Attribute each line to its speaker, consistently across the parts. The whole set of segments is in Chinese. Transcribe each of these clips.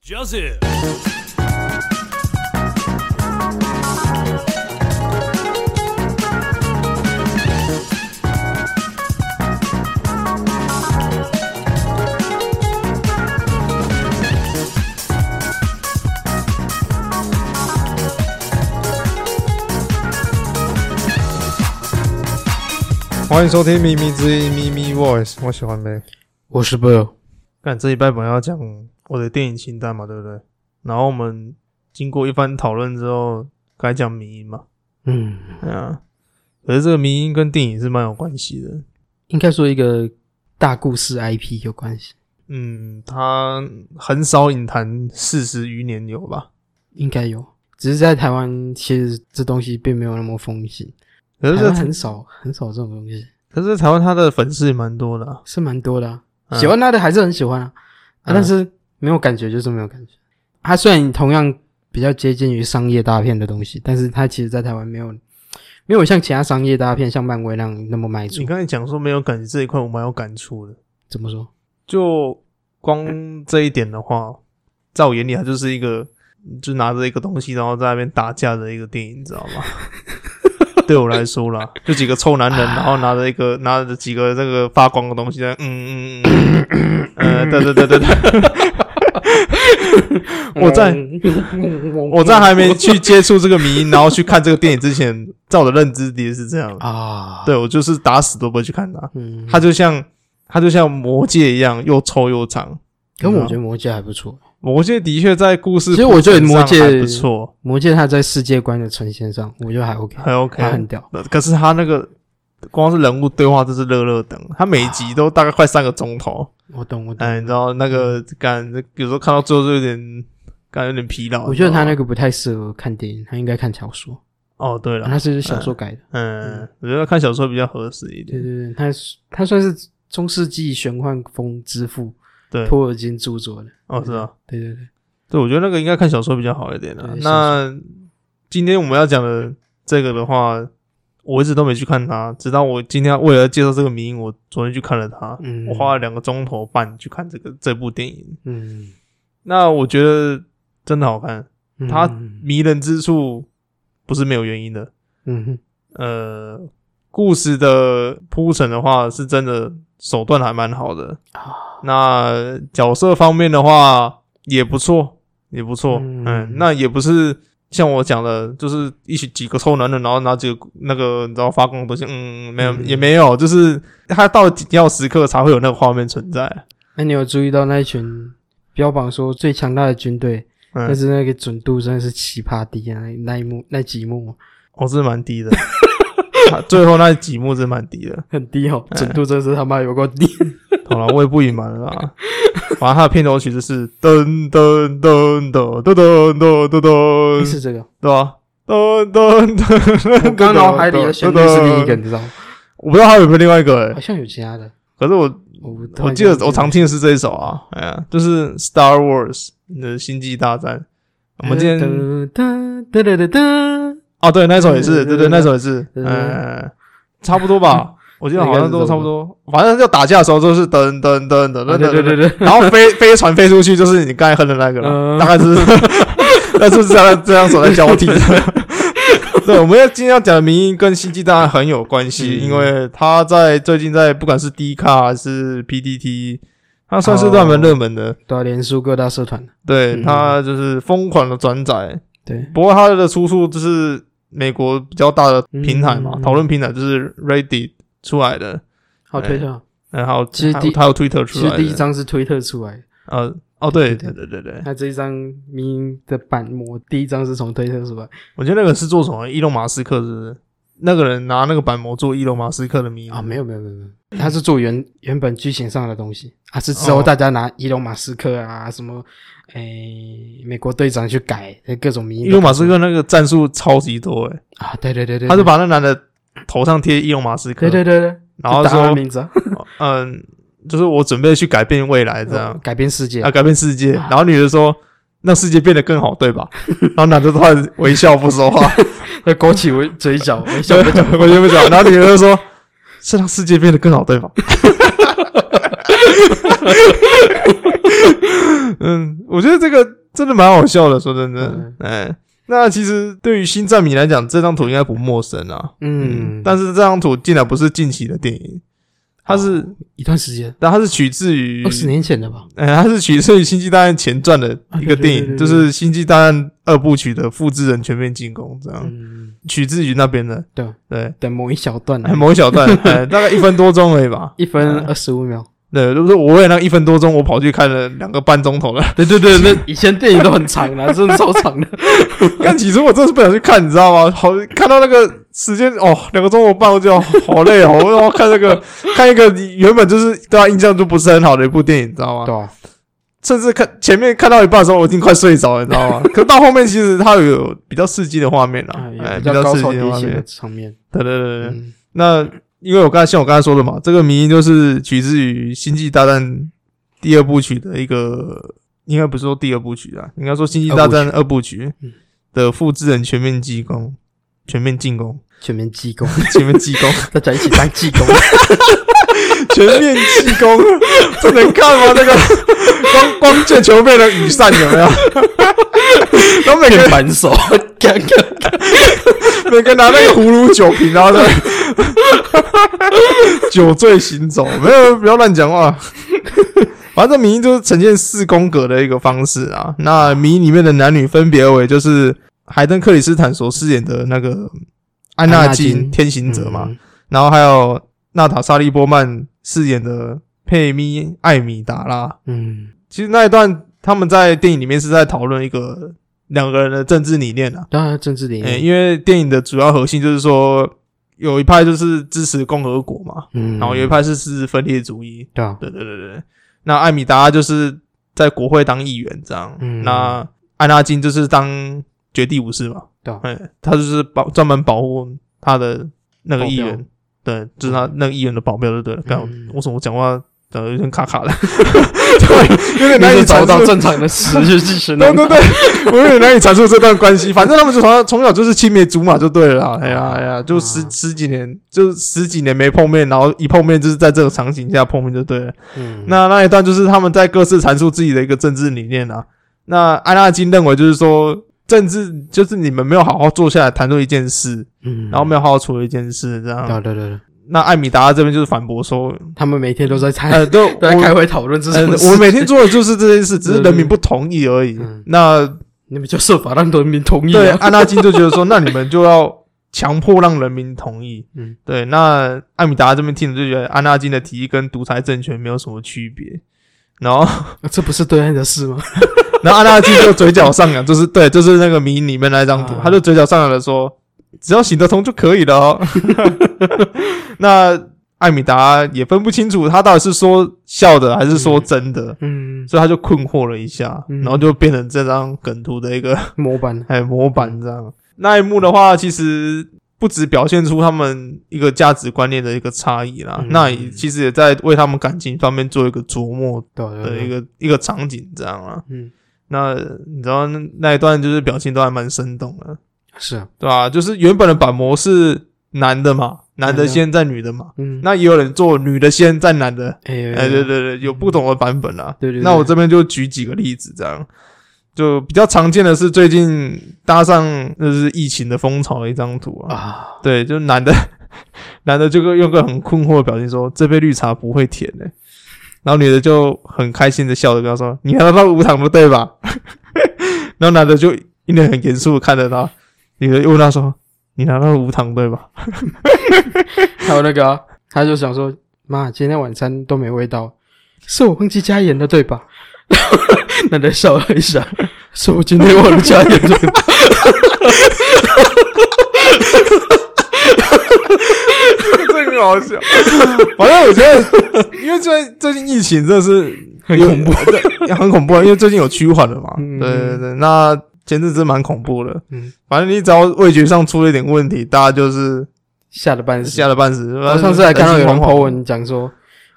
Speaker 1: Joseph。
Speaker 2: 欢迎收听《秘密之音》咪咪 Voice，我喜欢呗。
Speaker 3: 我是 Bill，
Speaker 2: 看这一拜本来要讲我的电影清单嘛，对不对？然后我们经过一番讨论之后，该讲迷音嘛。
Speaker 3: 嗯，
Speaker 2: 对啊，可是这个迷音跟电影是蛮有关系的。
Speaker 3: 应该说一个大故事 IP 有关系，
Speaker 2: 嗯，它很少隐含四十余年有吧？
Speaker 3: 应该有，只是在台湾其实这东西并没有那么风行，
Speaker 2: 可
Speaker 3: 台
Speaker 2: 是这
Speaker 3: 湾很少很少这种东西，
Speaker 2: 可是台湾它的粉丝也蛮多的、啊，
Speaker 3: 是蛮多的、啊，
Speaker 2: 嗯
Speaker 3: 喜欢他的还是很喜欢啊，
Speaker 2: 嗯
Speaker 3: 啊但是没有感觉就是没有感觉。它虽然同样比较接近于商业大片的东西，但是它其实在台湾没有没有像其他商业大片像漫威那样那么卖座
Speaker 2: 你。刚才讲说没有感觉这一块，我蛮有感触的。
Speaker 3: 怎么说？
Speaker 2: 就光这一点的话，在我眼里，它就是一个就拿着一个东西，然后在那边打架的一个电影，你知道吗？对我来说啦，就几个臭男人，然后拿着一个拿着几个这个发光的东西在，嗯嗯嗯嗯，呃，对对对对对，我在
Speaker 3: 嗯
Speaker 2: 我在还没去接触这个迷音，然后去看这个电影之前，在我的认知里是这样的，
Speaker 3: 啊，
Speaker 2: 对我就是打死都不会去看它，
Speaker 3: 嗯，
Speaker 2: 它就像它就像魔戒一样，又臭又长，
Speaker 3: 可
Speaker 2: 嗯
Speaker 3: 我觉得魔戒还不错。
Speaker 2: 魔戒的确在故事，
Speaker 3: 其实我觉得魔戒
Speaker 2: 不错，
Speaker 3: 魔戒它在世界观的呈现上，我觉得还 OK，
Speaker 2: 很 OK
Speaker 3: 它。很屌。
Speaker 2: 可是他那个光是人物对话，就是热热等，他每集都大概快三个钟头。
Speaker 3: 我懂，我懂。
Speaker 2: 哎，你知道那个感，有时候看到最后就有点感觉有点疲劳。
Speaker 3: 我觉得他
Speaker 2: 你
Speaker 3: 那
Speaker 2: 知
Speaker 3: 个不太适合看电影，他应该看小说。
Speaker 2: 道吗哦，对了，
Speaker 3: 他是小说改的，
Speaker 2: 嗯，我觉得看小说比较合适一
Speaker 3: 对
Speaker 2: 点。
Speaker 3: 对对，他是他算是中世纪玄幻风之父
Speaker 2: 对，
Speaker 3: 托尔金著作的。
Speaker 2: 哦是啊，
Speaker 3: 对对对，
Speaker 2: 对，我觉得那个应该看小说比较好一点啊
Speaker 3: 对。
Speaker 2: 那今天我们要讲的这个的话，我一直都没去看它，直到我今天为了介绍这个名，我昨天去看了它。
Speaker 3: 嗯，
Speaker 2: 我花了两个钟头半去看这个这部电影。
Speaker 3: 嗯，
Speaker 2: 那我觉得真的好看，
Speaker 3: 嗯，
Speaker 2: 他
Speaker 3: 嗯
Speaker 2: 迷人之处不是没有原因的。
Speaker 3: 嗯
Speaker 2: 呃，故事的铺陈的话，是真的手段还蛮好的。
Speaker 3: 啊，
Speaker 2: 那角色方面的话，也不错，也不错。嗯
Speaker 3: 嗯
Speaker 2: 那也不是像我讲的，就是一起几个臭男人，然后拿几个那个你知道发光的东西，嗯，没有、
Speaker 3: 嗯
Speaker 2: 也没有，就是他到紧要时刻才会有那个画面存在。
Speaker 3: 那哎你有注意到那一群标榜说最强大的军队，
Speaker 2: 嗯
Speaker 3: 但是那个准度真的是奇葩低啊！那那一幕那几幕啊
Speaker 2: 我哦是蛮低的， 啊最后那几幕是蛮低的。
Speaker 3: 很低哦，准度真是他妈有够低。
Speaker 2: 好了，我也不隐瞒了啦。反正他的片头曲就是噔噔噔噔噔噔噔噔噔，
Speaker 3: 是这个，
Speaker 2: 对吧？噔噔噔，
Speaker 3: 嗯我刚脑海里的旋律是另一个，你知道吗？
Speaker 2: 我不知道还有没有另外一个、
Speaker 3: 好
Speaker 2: 欸，
Speaker 3: 像有其他的，
Speaker 2: 可是我
Speaker 3: 我不
Speaker 2: 嗯我记得我常听的是这一首啊，哎呀，就是《Star Wars》的《星际大战》。我们今天
Speaker 3: 呃哒哒哒哒哒，
Speaker 2: 哦，对，那一首也是，对对，那一首也是，嗯，差不多吧，我记得好像都差不多，反正就打架的时候都是噔噔噔噔噔
Speaker 3: 啊对对
Speaker 2: 噔
Speaker 3: 对对，
Speaker 2: 然后飞飞船飞出去就是你刚才哼的那个了，
Speaker 3: 嗯
Speaker 2: 大概是， 那是这样这样手在交替 的。对，我们要今天要讲的名音跟星际大战很有关系，
Speaker 3: 嗯
Speaker 2: 因为它在最近在不管是 D 卡还是 PDT，它算是
Speaker 3: 哦
Speaker 2: 乱门热门的，
Speaker 3: 对啊，连书各大社团，
Speaker 2: 对
Speaker 3: 嗯
Speaker 2: 它就是疯狂的转载。
Speaker 3: 对，
Speaker 2: 不过它的出处就是美国比较大的平台嘛，
Speaker 3: 嗯
Speaker 2: 讨论平台就是 Reddit 出来的，
Speaker 3: 好推特，
Speaker 2: 然后
Speaker 3: 其实
Speaker 2: 还有
Speaker 3: 第
Speaker 2: 还有 Twitter 哎
Speaker 3: 其
Speaker 2: 出
Speaker 3: 实
Speaker 2: 来
Speaker 3: 第一
Speaker 2: 的，
Speaker 3: 张是推特出来的，
Speaker 2: 呃，哦，对对
Speaker 3: 对
Speaker 2: 对对对。
Speaker 3: 那这一张名的版模第一张是从推特出来
Speaker 2: 我觉得那个是做什么？伊隆马斯克是不是？那个人拿那个板模做伊隆马斯克的迷
Speaker 3: 啊，
Speaker 2: 啊？
Speaker 3: 没有没有没有没有，他是做原原本剧情上的东西，啊是之后
Speaker 2: 哦
Speaker 3: 大家拿伊隆马斯克啊什么，诶美国队长去改哎各种名
Speaker 2: 伊隆马斯克那个战术超级多诶、
Speaker 3: 啊，对对对对，
Speaker 2: 他
Speaker 3: 对
Speaker 2: 就把那男的头上贴伊隆马斯克，
Speaker 3: 对对对对，
Speaker 2: 然后
Speaker 3: 就打他的
Speaker 2: 说
Speaker 3: 名字啊，
Speaker 2: 嗯，就是我准备去改变未来这样，
Speaker 3: 改变世界
Speaker 2: 啊，改变世界。然后女的说。让世界变得更好，对吧？然后男的突然微笑不说话，
Speaker 3: 会勾起我嘴角，微笑
Speaker 2: 对， 我就不讲。然后女的就说：“是让世界变得更好，对吧？” 嗯，我觉得这个真的蛮好笑的。说真的
Speaker 3: 嗯，
Speaker 2: 哎、那其实对于星战迷来讲，这张图应该不陌生啊。
Speaker 3: 嗯，
Speaker 2: 但是这张图竟然不是近期的电影，它是，
Speaker 3: 一段时间，
Speaker 2: 但它是取自于
Speaker 3: 哦二十年前的吧？
Speaker 2: 哎、它是取自于《星际大战前传》的一个
Speaker 3: 啊对对
Speaker 2: 电
Speaker 3: 对
Speaker 2: 影，就
Speaker 3: 对对
Speaker 2: 是《星际大战二部曲》的复制人全面进攻，这样
Speaker 3: 嗯，
Speaker 2: 取自于那边的。
Speaker 3: 对
Speaker 2: 对，
Speaker 3: 的某一小段啊，
Speaker 2: 哎 某一小 段，哎大概一分多钟而已吧。
Speaker 3: 一分二十五秒。
Speaker 2: 对，就是我为了那一分多钟，我跑去看了两个半钟头了。
Speaker 3: 对对对，那以前电影都很长 的，真的超长的。
Speaker 2: 但其实我真的是不想去看，你知道吗？好，看到那个时间哦，两个钟头半，我就好累哦。 我要看那个看一个原本就是对他印象就不是很好的一部电影，你知道吗？
Speaker 3: 对啊，
Speaker 2: 甚至看前面看到一半的时候，我已经快睡着了，你知 道吗？可到后面其实它有比较刺激的画面了，
Speaker 3: 啊有
Speaker 2: 哎、
Speaker 3: 比
Speaker 2: 比较
Speaker 3: 较高
Speaker 2: 刺
Speaker 3: 潮
Speaker 2: 激的画
Speaker 3: 迭起的
Speaker 2: 面。
Speaker 3: 场面。
Speaker 2: 对对对对，
Speaker 3: 嗯，
Speaker 2: 那因为我刚才像我刚才说的嘛，这个迷因就是取自于《星际大战》第二部曲的一个，应该不是说第二部曲啊，应该说《星际大战》二部曲
Speaker 3: 嗯
Speaker 2: 的复制人全面进攻，全面进 攻，
Speaker 3: 全面济公，
Speaker 2: 全面进攻，
Speaker 3: 大家一起当济公。
Speaker 2: 全面进攻， 这能看吗？这个光光剑球变成雨伞有没 有？然后每个人
Speaker 3: 扳手，刚刚
Speaker 2: 每个拿那个葫芦酒瓶，然 后在酒醉行走，没有不要乱讲话。反正迷音就是呈现四宫格的一个方式啊。那迷音里面的男女分别为就是海登·克里斯坦所饰演的那个安纳
Speaker 3: 安纳
Speaker 2: 金嗯
Speaker 3: 金
Speaker 2: 天行者嘛，，
Speaker 3: 嗯
Speaker 2: 然后还有娜塔莎莉·波曼饰演的佩咪艾米达拉。
Speaker 3: 嗯，
Speaker 2: 其实那一段他们在电影里面是在讨论一个两个人的政治理念啊。
Speaker 3: 当然政治理
Speaker 2: 诶、
Speaker 3: 念，
Speaker 2: 因为电影的主要核心就是说，有一派就是支持共和国嘛，
Speaker 3: 嗯，
Speaker 2: 然后有一派是支持分裂主义。
Speaker 3: 对啊，
Speaker 2: 对对对对，那艾米达就是在国会当议员这样，
Speaker 3: 嗯
Speaker 2: 那安纳金就是当绝地武士嘛，
Speaker 3: 对啊
Speaker 2: 诶、他就是保专门保护他的那个议
Speaker 3: 保镖
Speaker 2: 员，对，就是他那个议员的保镖就对了。干、
Speaker 3: 嗯
Speaker 2: 为什么我讲话呃有点卡卡的？ 对，有点难以
Speaker 3: 找
Speaker 2: 找到
Speaker 3: 到正常的词去进行。
Speaker 2: 对对对， 我有点难以阐述这段关系。反正他们就从小从小就是青梅竹马就对了啦。哎呀哎呀，就十
Speaker 3: 嗯
Speaker 2: 十几年，就十几年没碰面，然后一碰面就是在这个场景下碰面就对了。
Speaker 3: 嗯，
Speaker 2: 那那一段就是他们在各自阐述自己的一个政治理念啊。那安纳金认为就是说，政治就是你们没有好好坐下来谈论一件事，
Speaker 3: 嗯，
Speaker 2: 然后没有好好处理一件事这
Speaker 3: 对啊
Speaker 2: 样。
Speaker 3: 对对对，
Speaker 2: 那艾米达这边就是反驳说，
Speaker 3: 他们每天都在开
Speaker 2: 呃，都
Speaker 3: 都在哎开会讨论这
Speaker 2: 呃
Speaker 3: 种，
Speaker 2: 我
Speaker 3: 事，
Speaker 2: 每天做的就是这件事，只是
Speaker 3: 对
Speaker 2: 人民不同意而已
Speaker 3: 嗯。
Speaker 2: 那
Speaker 3: 你们就设法让人民同意
Speaker 2: 对，
Speaker 3: 啊。
Speaker 2: 安纳金就觉得说，那你们就要强迫让人民同意。
Speaker 3: 嗯，
Speaker 2: 对。那艾米达这边听了就觉得，安纳金的提议跟独裁政权没有什么区别。然后，
Speaker 3: 这不是对岸的事吗？
Speaker 2: 然后安纳金就嘴角上扬，就是对，就是那个迷影里面那一张图，
Speaker 3: 啊
Speaker 2: 他就嘴角上扬的说，只要行得通就可以了哦。 那艾米达也分不清楚他到底是说笑的还是说真的，
Speaker 3: 嗯，
Speaker 2: 所以他就困惑了一下，
Speaker 3: 嗯
Speaker 2: 然后就变成这张梗图的一个
Speaker 3: 模板
Speaker 2: 哎，模板这样。那一幕的话，其实不只表现出他们一个价值观念的一个差异啦，
Speaker 3: 嗯
Speaker 2: 那也其实也在为他们感情方面做一个琢磨
Speaker 3: 对啊对啊
Speaker 2: 的
Speaker 3: 对
Speaker 2: 一
Speaker 3: 啊
Speaker 2: 个、一个场景这样啦。
Speaker 3: 嗯，
Speaker 2: 那你知道那那一段就是表情都还蛮生动的，
Speaker 3: 是啊，
Speaker 2: 对吧、就是原本的板模是男的嘛，男的先在女的嘛，
Speaker 3: 嗯，
Speaker 2: 那也有人做女的先在男的，
Speaker 3: 哎有有
Speaker 2: 哎，对
Speaker 3: 有
Speaker 2: 对对，有不同的版本啦。
Speaker 3: 对对对
Speaker 2: 那我这边就举几个例子，这样就比较常见的是最近搭上就是疫情的风潮的一张图啊，
Speaker 3: 啊，
Speaker 2: 对，就男的 男的就会用个很困惑的表情说：“这杯绿茶不会甜的、然后女的就很开心的笑着跟他说：“你拿到无糖的对吧？” 然后男的就一脸很严肃的看着他，女的又问他说：“你拿到无糖对吧
Speaker 3: 还有那个啊，他就想说，妈，今天晚餐都没味道，是我忘记加盐了对吧？ 男的笑了一下，是我今天忘了加盐 对吧？？”
Speaker 2: 这个好笑。 反正我觉得， 因为最最近疫情真的是
Speaker 3: 很 恐怖，
Speaker 2: 也很恐怖，啊因为最近有趋缓了嘛。
Speaker 3: 嗯
Speaker 2: 对对对，那前阵子蛮恐怖的。
Speaker 3: 嗯，
Speaker 2: 反正你只要味觉上出了一点问题，大家就是
Speaker 3: 吓得半死。
Speaker 2: 吓得半死。
Speaker 3: 我上次还看到有人
Speaker 2: 人心惶惶
Speaker 3: po 文讲说，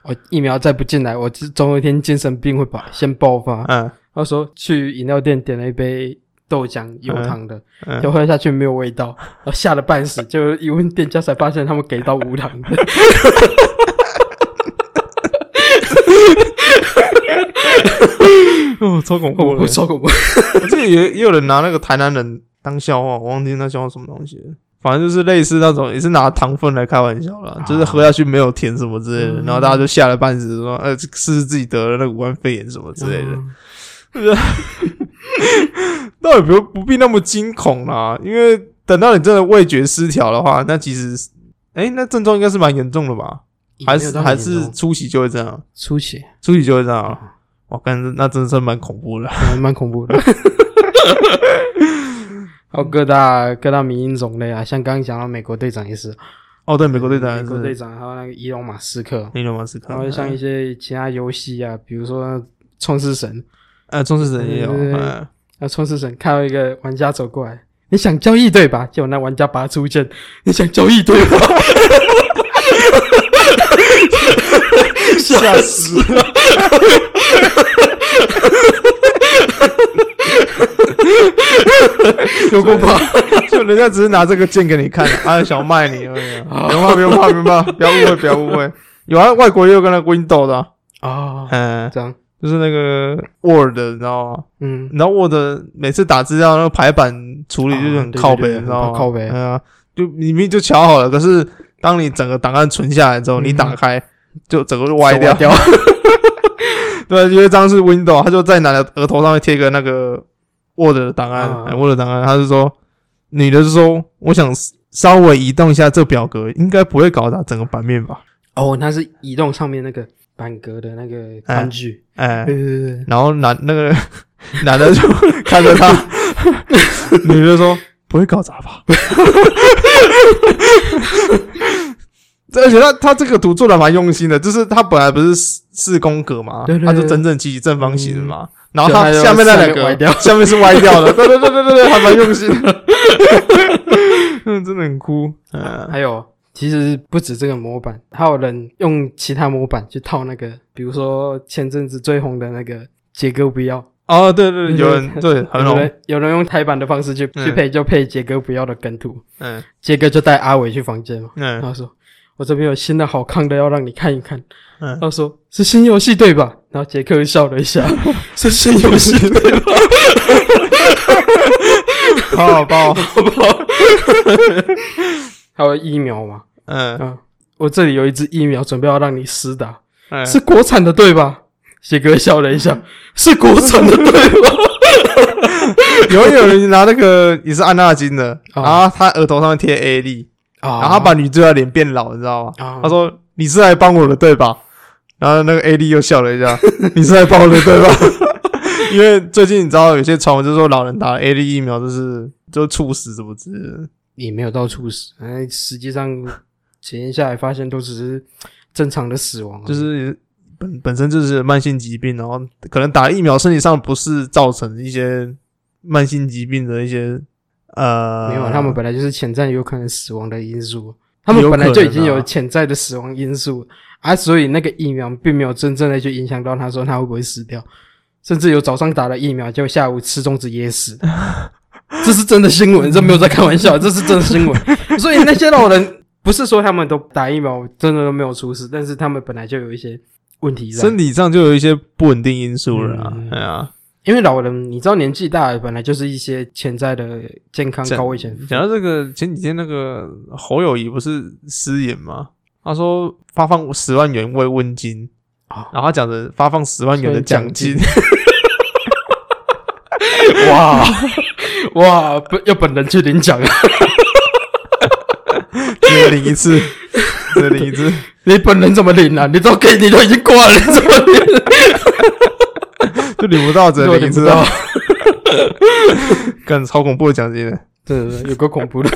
Speaker 3: 我疫苗再不进来，我这总有一天精神病会爆先爆发。
Speaker 2: 嗯
Speaker 3: 他说去饮料店点了一杯豆浆有糖的，
Speaker 2: 嗯，
Speaker 3: 就喝下去没有味道，然后吓得 半死。就一问店家才发现他们给到无糖的。
Speaker 2: 哦超恐怖
Speaker 3: 我
Speaker 2: 的
Speaker 3: 会。超恐怖。
Speaker 2: 我记得也也有人拿那个台南人当笑话，我忘记那笑话什么东西了。反正就是类似那种，也是拿糖分来开玩笑啦，就是喝下去没有甜什么之类的，
Speaker 3: 啊嗯
Speaker 2: 然后大家就吓了半死，说呃，是不是自己得了那个武汉肺炎什么之类的。
Speaker 3: 嗯
Speaker 2: 倒也不用不必那么惊恐啦，因为等到你真的味觉失调的话，那其实，哎、那症状应该是蛮严重的吧？还
Speaker 3: 嗯也没有
Speaker 2: 是
Speaker 3: 到很
Speaker 2: 还
Speaker 3: 严重嗯
Speaker 2: 是初期就会这样，
Speaker 3: 初期，
Speaker 2: 初期就会这样啊。哇，感觉那真的是蛮恐怖的。
Speaker 3: 还嗯蛮 恐怖的。还有各大各大民音种类啊，像刚刚讲到美国队长也是，
Speaker 2: 哦，对，美国队长也
Speaker 3: 美国队
Speaker 2: 是嗯啊
Speaker 3: 长还有那个伊隆马斯克，
Speaker 2: 尼罗马斯克，
Speaker 3: 然后像一些其他游戏啊，比如说创世神，
Speaker 2: 呃，中世神也有，
Speaker 3: 对对对
Speaker 2: 嗯
Speaker 3: 那创世神看到一个玩家走过来，你想交易对吧？结果那玩家拔出剑，你想交易对吧？
Speaker 2: 吓死了。
Speaker 3: 有过吧？
Speaker 2: 就人家只是拿这个剑给你看，啊，想卖你而已啊。不用怕，不用怕，不用怕，不要误会，不要误会。有啊，外国也有跟那 Windows 的啊、
Speaker 3: 哦，
Speaker 2: 嗯，
Speaker 3: 这样，
Speaker 2: 就是那个 Word，你知道吗？
Speaker 3: 嗯，
Speaker 2: 然后 Word 每次打资料那个排版处理就是很
Speaker 3: 啊对
Speaker 2: 靠北，
Speaker 3: 对对
Speaker 2: 你知道吗？
Speaker 3: 很靠北
Speaker 2: 对啊，就明明就瞧好了，可是当你整个档案存下来之后，
Speaker 3: 嗯
Speaker 2: 你打开就整个就歪掉
Speaker 3: 手。掉，
Speaker 2: 对，啊因为这张是 Windows，他就在哪的额头上面贴一个那个 Word 的档案、
Speaker 3: 啊
Speaker 2: 哎 w o r d 档案，他就说女的就说我想稍微移动一下这表格，应该不会搞砸整个版面吧？
Speaker 3: 哦，那是移动上面那个板格的那个
Speaker 2: 哎
Speaker 3: 单据，
Speaker 2: 哎，
Speaker 3: 对对对，
Speaker 2: 然后男那个 男的就 看着他，女的说不会搞砸吧？ 而且他他这个图做的蛮用心的，就是他本来不是四四宫格嘛，
Speaker 3: 对对
Speaker 2: 他
Speaker 3: 对
Speaker 2: 就整整齐齐正方形的嘛，然后
Speaker 3: 就
Speaker 2: 嗯他
Speaker 3: 它
Speaker 2: 下面那两
Speaker 3: 下
Speaker 2: 个下
Speaker 3: 面歪掉
Speaker 2: 面是歪掉 的，对对对对对对，还蛮用心的， 嗯，真的很酷，嗯，
Speaker 3: 还有，其实不止这个模板，还有人用其他模板去套那个，比如说前阵子最红的那个“杰哥不要
Speaker 2: 哦，对对对，
Speaker 3: 对
Speaker 2: 有人对”，很
Speaker 3: 有
Speaker 2: 懂，
Speaker 3: 人有人用台版的方式去、
Speaker 2: 嗯
Speaker 3: 去配，就配“杰哥不要”的梗图，
Speaker 2: 嗯
Speaker 3: 杰哥就带阿伟去房间嘛，然
Speaker 2: 嗯
Speaker 3: 后说。我这边有新的好看的要让你看一看，
Speaker 2: 嗯
Speaker 3: 他，说是新游戏对吧？然后杰克笑了 一下，是新游戏 对吧？
Speaker 2: 好好包，
Speaker 3: 还有疫苗嘛？
Speaker 2: 嗯
Speaker 3: 啊，我这里有一支疫苗，准备要让你施打，
Speaker 2: 嗯，
Speaker 3: 是国产的对吧？杰哥笑了一下，是国产的对吧？
Speaker 2: 有有人拿那个也是安纳金的，
Speaker 3: 啊
Speaker 2: 然后他额头上面贴 A 粒，
Speaker 3: 啊
Speaker 2: 然后他把女主角脸变老，你知道吗？
Speaker 3: 啊
Speaker 2: 他说：“你是来帮我的对吧？”然后那个 A 粒又笑了一下：“ 你是来帮我的对吧？” 因为最近你知道有些传闻就是说老人打 A 粒疫苗就是就猝死怎么之类的
Speaker 3: 也没有到猝死，哎，实际上检验下来发现都只是正常的死亡而已，啊
Speaker 2: 就是本本身就是慢性疾病，然后可能打疫苗身体上不是造成一些慢性疾病的一些呃
Speaker 3: 没有，他们本来就是潜在有可能死亡的因素，他们
Speaker 2: 有
Speaker 3: 本来
Speaker 2: 可
Speaker 3: 就已
Speaker 2: 能
Speaker 3: 经有
Speaker 2: 啊
Speaker 3: 潜在的死亡因素啊，所以那个疫苗并没有真正的去影响到他说他会不会死掉，甚至有早上打了疫苗，就下午吃粽子噎死。这是真的新闻，这没有在开玩笑，这是真的新闻。所以那些老人不是说他们都打疫苗真的都没有出事，但是他们本来就有一些问题在。
Speaker 2: 身体上就有一些不稳定因素了啦
Speaker 3: 嗯，
Speaker 2: 哎呀。
Speaker 3: 因为老人你知道年纪大了，本来就是一些潜在的健康
Speaker 2: 这
Speaker 3: 高危险。
Speaker 2: 讲到这个，前几天那个侯友谊不是失言吗？他说发放十万元慰问金，
Speaker 3: 啊
Speaker 2: 然后他讲着发放十万元的奖金，
Speaker 3: 哇哇，不要本人去领奖啊！
Speaker 2: 只领一次，只领一次，
Speaker 3: 你本人怎么领啊？你都给你都已经挂了，你怎么领？
Speaker 2: 就领不到，只
Speaker 3: 我
Speaker 2: 能领
Speaker 3: 领
Speaker 2: 一
Speaker 3: 不
Speaker 2: 次
Speaker 3: 到
Speaker 2: 啊，， 干超恐怖的奖金的。
Speaker 3: 对对对，有个恐怖的，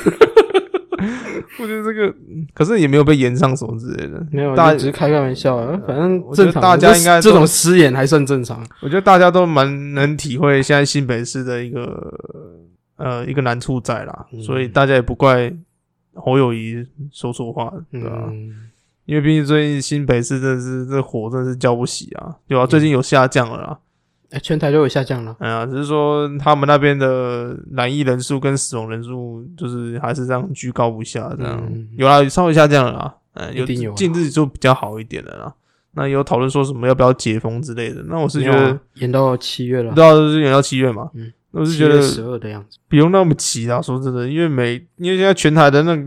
Speaker 2: 我觉得这个，嗯可是也没有被延上什么之类的。
Speaker 3: 没有，
Speaker 2: 大呃
Speaker 3: 就只是开开玩笑啊，反正
Speaker 2: 我觉
Speaker 3: 正
Speaker 2: 得
Speaker 3: 常，
Speaker 2: 大家
Speaker 3: 这
Speaker 2: 应该
Speaker 3: 这
Speaker 2: 都
Speaker 3: 种失言还算正常。
Speaker 2: 我觉得大家都蛮能体会现在新北市的一个呃一个难处在啦，
Speaker 3: 嗯
Speaker 2: 所以大家也不怪侯友谊说错话，对啊吧、
Speaker 3: 嗯，
Speaker 2: 因为毕竟最近新北市真的是这火真的是浇不起啊，对吧、
Speaker 3: 嗯
Speaker 2: 最近有下降了啦，
Speaker 3: 哎，全台都有下降了，
Speaker 2: 哎呀，只是说他们那边的染疫人数跟死亡人数就是还是这样居高不下，这样、
Speaker 3: 嗯
Speaker 2: 有啦，有稍微下降了啦，嗯，
Speaker 3: 一定有啊
Speaker 2: 近日就比较好一点了啦，那也有讨论说什么要不要解封之类的。那我是觉
Speaker 3: 没有
Speaker 2: 得
Speaker 3: 啊，演到七月了
Speaker 2: 你知，道就是演到七月嘛，
Speaker 3: 嗯
Speaker 2: 那我是
Speaker 3: 7
Speaker 2: 觉
Speaker 3: 月
Speaker 2: 得
Speaker 3: 十二的样子。
Speaker 2: 不用那么急啦。说真的，因为每因为现在全台的那个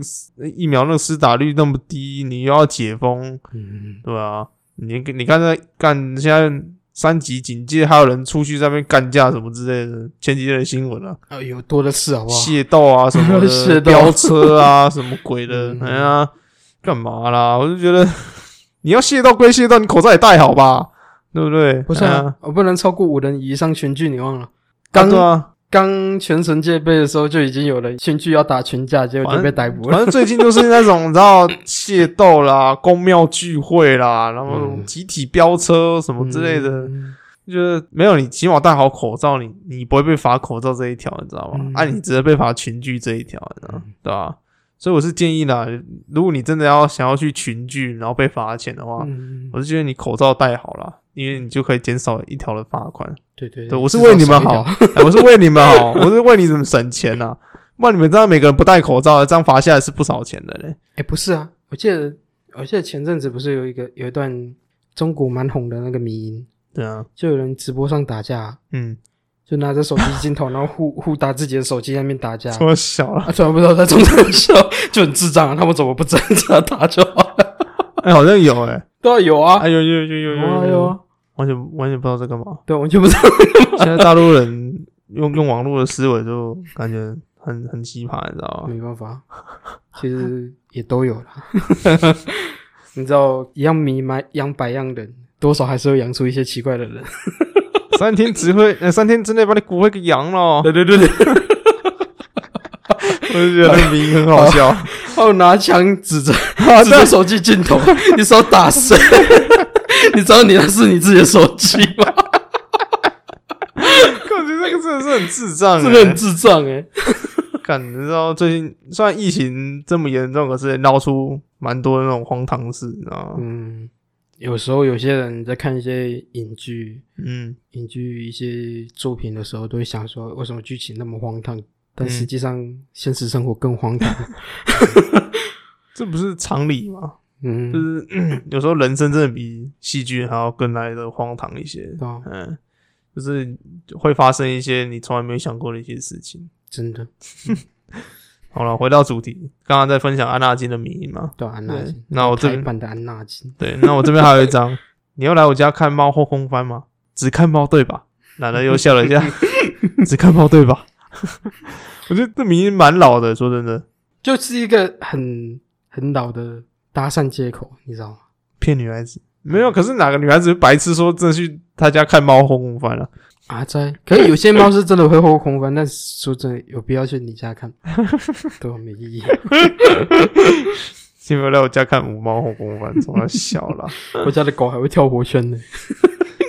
Speaker 2: 疫苗那个施打率那么低，你又要解封，
Speaker 3: 嗯，
Speaker 2: 对啊，你你看那干现在三级警戒，还有人出去在那边干架什么之类的，前几天的新闻啊，
Speaker 3: 哎呦，多的是好不好？
Speaker 2: 械斗啊什么的，
Speaker 3: 械斗
Speaker 2: 飙车啊什么鬼的，
Speaker 3: 嗯
Speaker 2: 哎呀，干嘛啦？我就觉得 你要械斗归械斗，你口罩也戴好吧，对不对？
Speaker 3: 不是
Speaker 2: 哎呀
Speaker 3: 啊，我不能超过五人以上全剧，你忘了？
Speaker 2: 啊
Speaker 3: 刚
Speaker 2: 对啊，
Speaker 3: 刚全神戒备的时候就已经有人全剧要打群架，结果就被逮捕
Speaker 2: 反
Speaker 3: 了。
Speaker 2: 正最近就是那种你知道械斗 啦、公庙聚会啦，然后
Speaker 3: 嗯
Speaker 2: 集体飙车什么之类的，
Speaker 3: 嗯
Speaker 2: 就是没有你起码戴好口罩，你你不会被罚口罩这一条，你知道吗？
Speaker 3: 嗯
Speaker 2: 啊，你只会被罚群聚这一条，你知道吗对吧、啊所以我是建议啦，如果你真的要想要去群聚，然后被罚钱的话，
Speaker 3: 嗯，
Speaker 2: 我是觉得你口罩戴好啦，因为你就可以减少一条的罚款。
Speaker 3: 对对
Speaker 2: 对我是为你们好， 哎我是为你们好，我是为你们省钱呐、不然你们这样每个人不戴口罩，这样罚下来是不少钱的嘞。
Speaker 3: 哎，不是啊，我记得我记得前阵子不是有一个有一段中国蛮红的那个迷音，
Speaker 2: 对啊，
Speaker 3: 就有人直播上打架，
Speaker 2: 嗯，
Speaker 3: 就拿着手 机镜头，然后互互打自己的手机在那边打 架。
Speaker 2: 这么小了，
Speaker 3: 啊，突然不知道在中山笑，就很智障啊！他们怎么不正常打就好了？
Speaker 2: 哎，好像有哎、
Speaker 3: 对啊，有啊，
Speaker 2: 哎有有有有有
Speaker 3: 啊有啊，
Speaker 2: 完全完全不知道在干嘛。
Speaker 3: 对，啊我就不知道。
Speaker 2: 现在大陆 人用用网络的思维就感觉很很奇葩，你知道吗？
Speaker 3: 没办法，其实也都有啦。 你知道，一样迷埋养百样人，多少还是会养出一些奇怪的人。
Speaker 2: 三天只会、呃三天之内把你骨灰给扬了，
Speaker 3: 对对对对，
Speaker 2: 我就觉得那个名很好 笑。
Speaker 3: 还有拿枪指 着指着手机镜头， 你手打谁？ 你知道你那是你自己的手机吗？
Speaker 2: 感觉那个真的是很智障、 欸，
Speaker 3: 这个很智障哎、
Speaker 2: 感你知道最近虽然疫情这么严重，可是也闹出蛮多那种荒唐事，你知道吗？
Speaker 3: 嗯，有时候有些人在看一些影剧、
Speaker 2: 嗯，
Speaker 3: 影剧一些作品的时候，都会想说，为什么剧情那么荒唐？但
Speaker 2: 嗯
Speaker 3: 实际上，现实生活更荒唐。
Speaker 2: 这不是常理吗？
Speaker 3: 嗯，
Speaker 2: 就是、 嗯有时候人生真的比戏剧还要更来的荒唐一些。
Speaker 3: 对啊，
Speaker 2: 嗯，就是会发生一些你从来没有想过的一些事情。
Speaker 3: 真的，
Speaker 2: 好了，回到主题，刚刚在分享安纳金的迷因嘛。
Speaker 3: 对啊安纳
Speaker 2: 对
Speaker 3: 金，，
Speaker 2: 那我这
Speaker 3: 台
Speaker 2: 边
Speaker 3: 版的安纳金，
Speaker 2: 对，那我这边还有一 张，你要来我家看猫后空翻吗？只看猫对吧？奶奶又笑了一 下，只看猫对吧？ 我觉得这迷因蛮老的，说真的，
Speaker 3: 就是一个很很老的搭讪借口，你知道吗？
Speaker 2: 骗女孩子没有。可是哪个女孩子白痴说真的去他家看猫后空翻了、
Speaker 3: 阿啊在，可是有些猫是真的会后空翻，但是说真的，有必要去你家 看，对啊，没意义。
Speaker 2: 请不要来我家看母猫后空翻，从他笑了。
Speaker 3: 我家的狗还会跳火圈呢。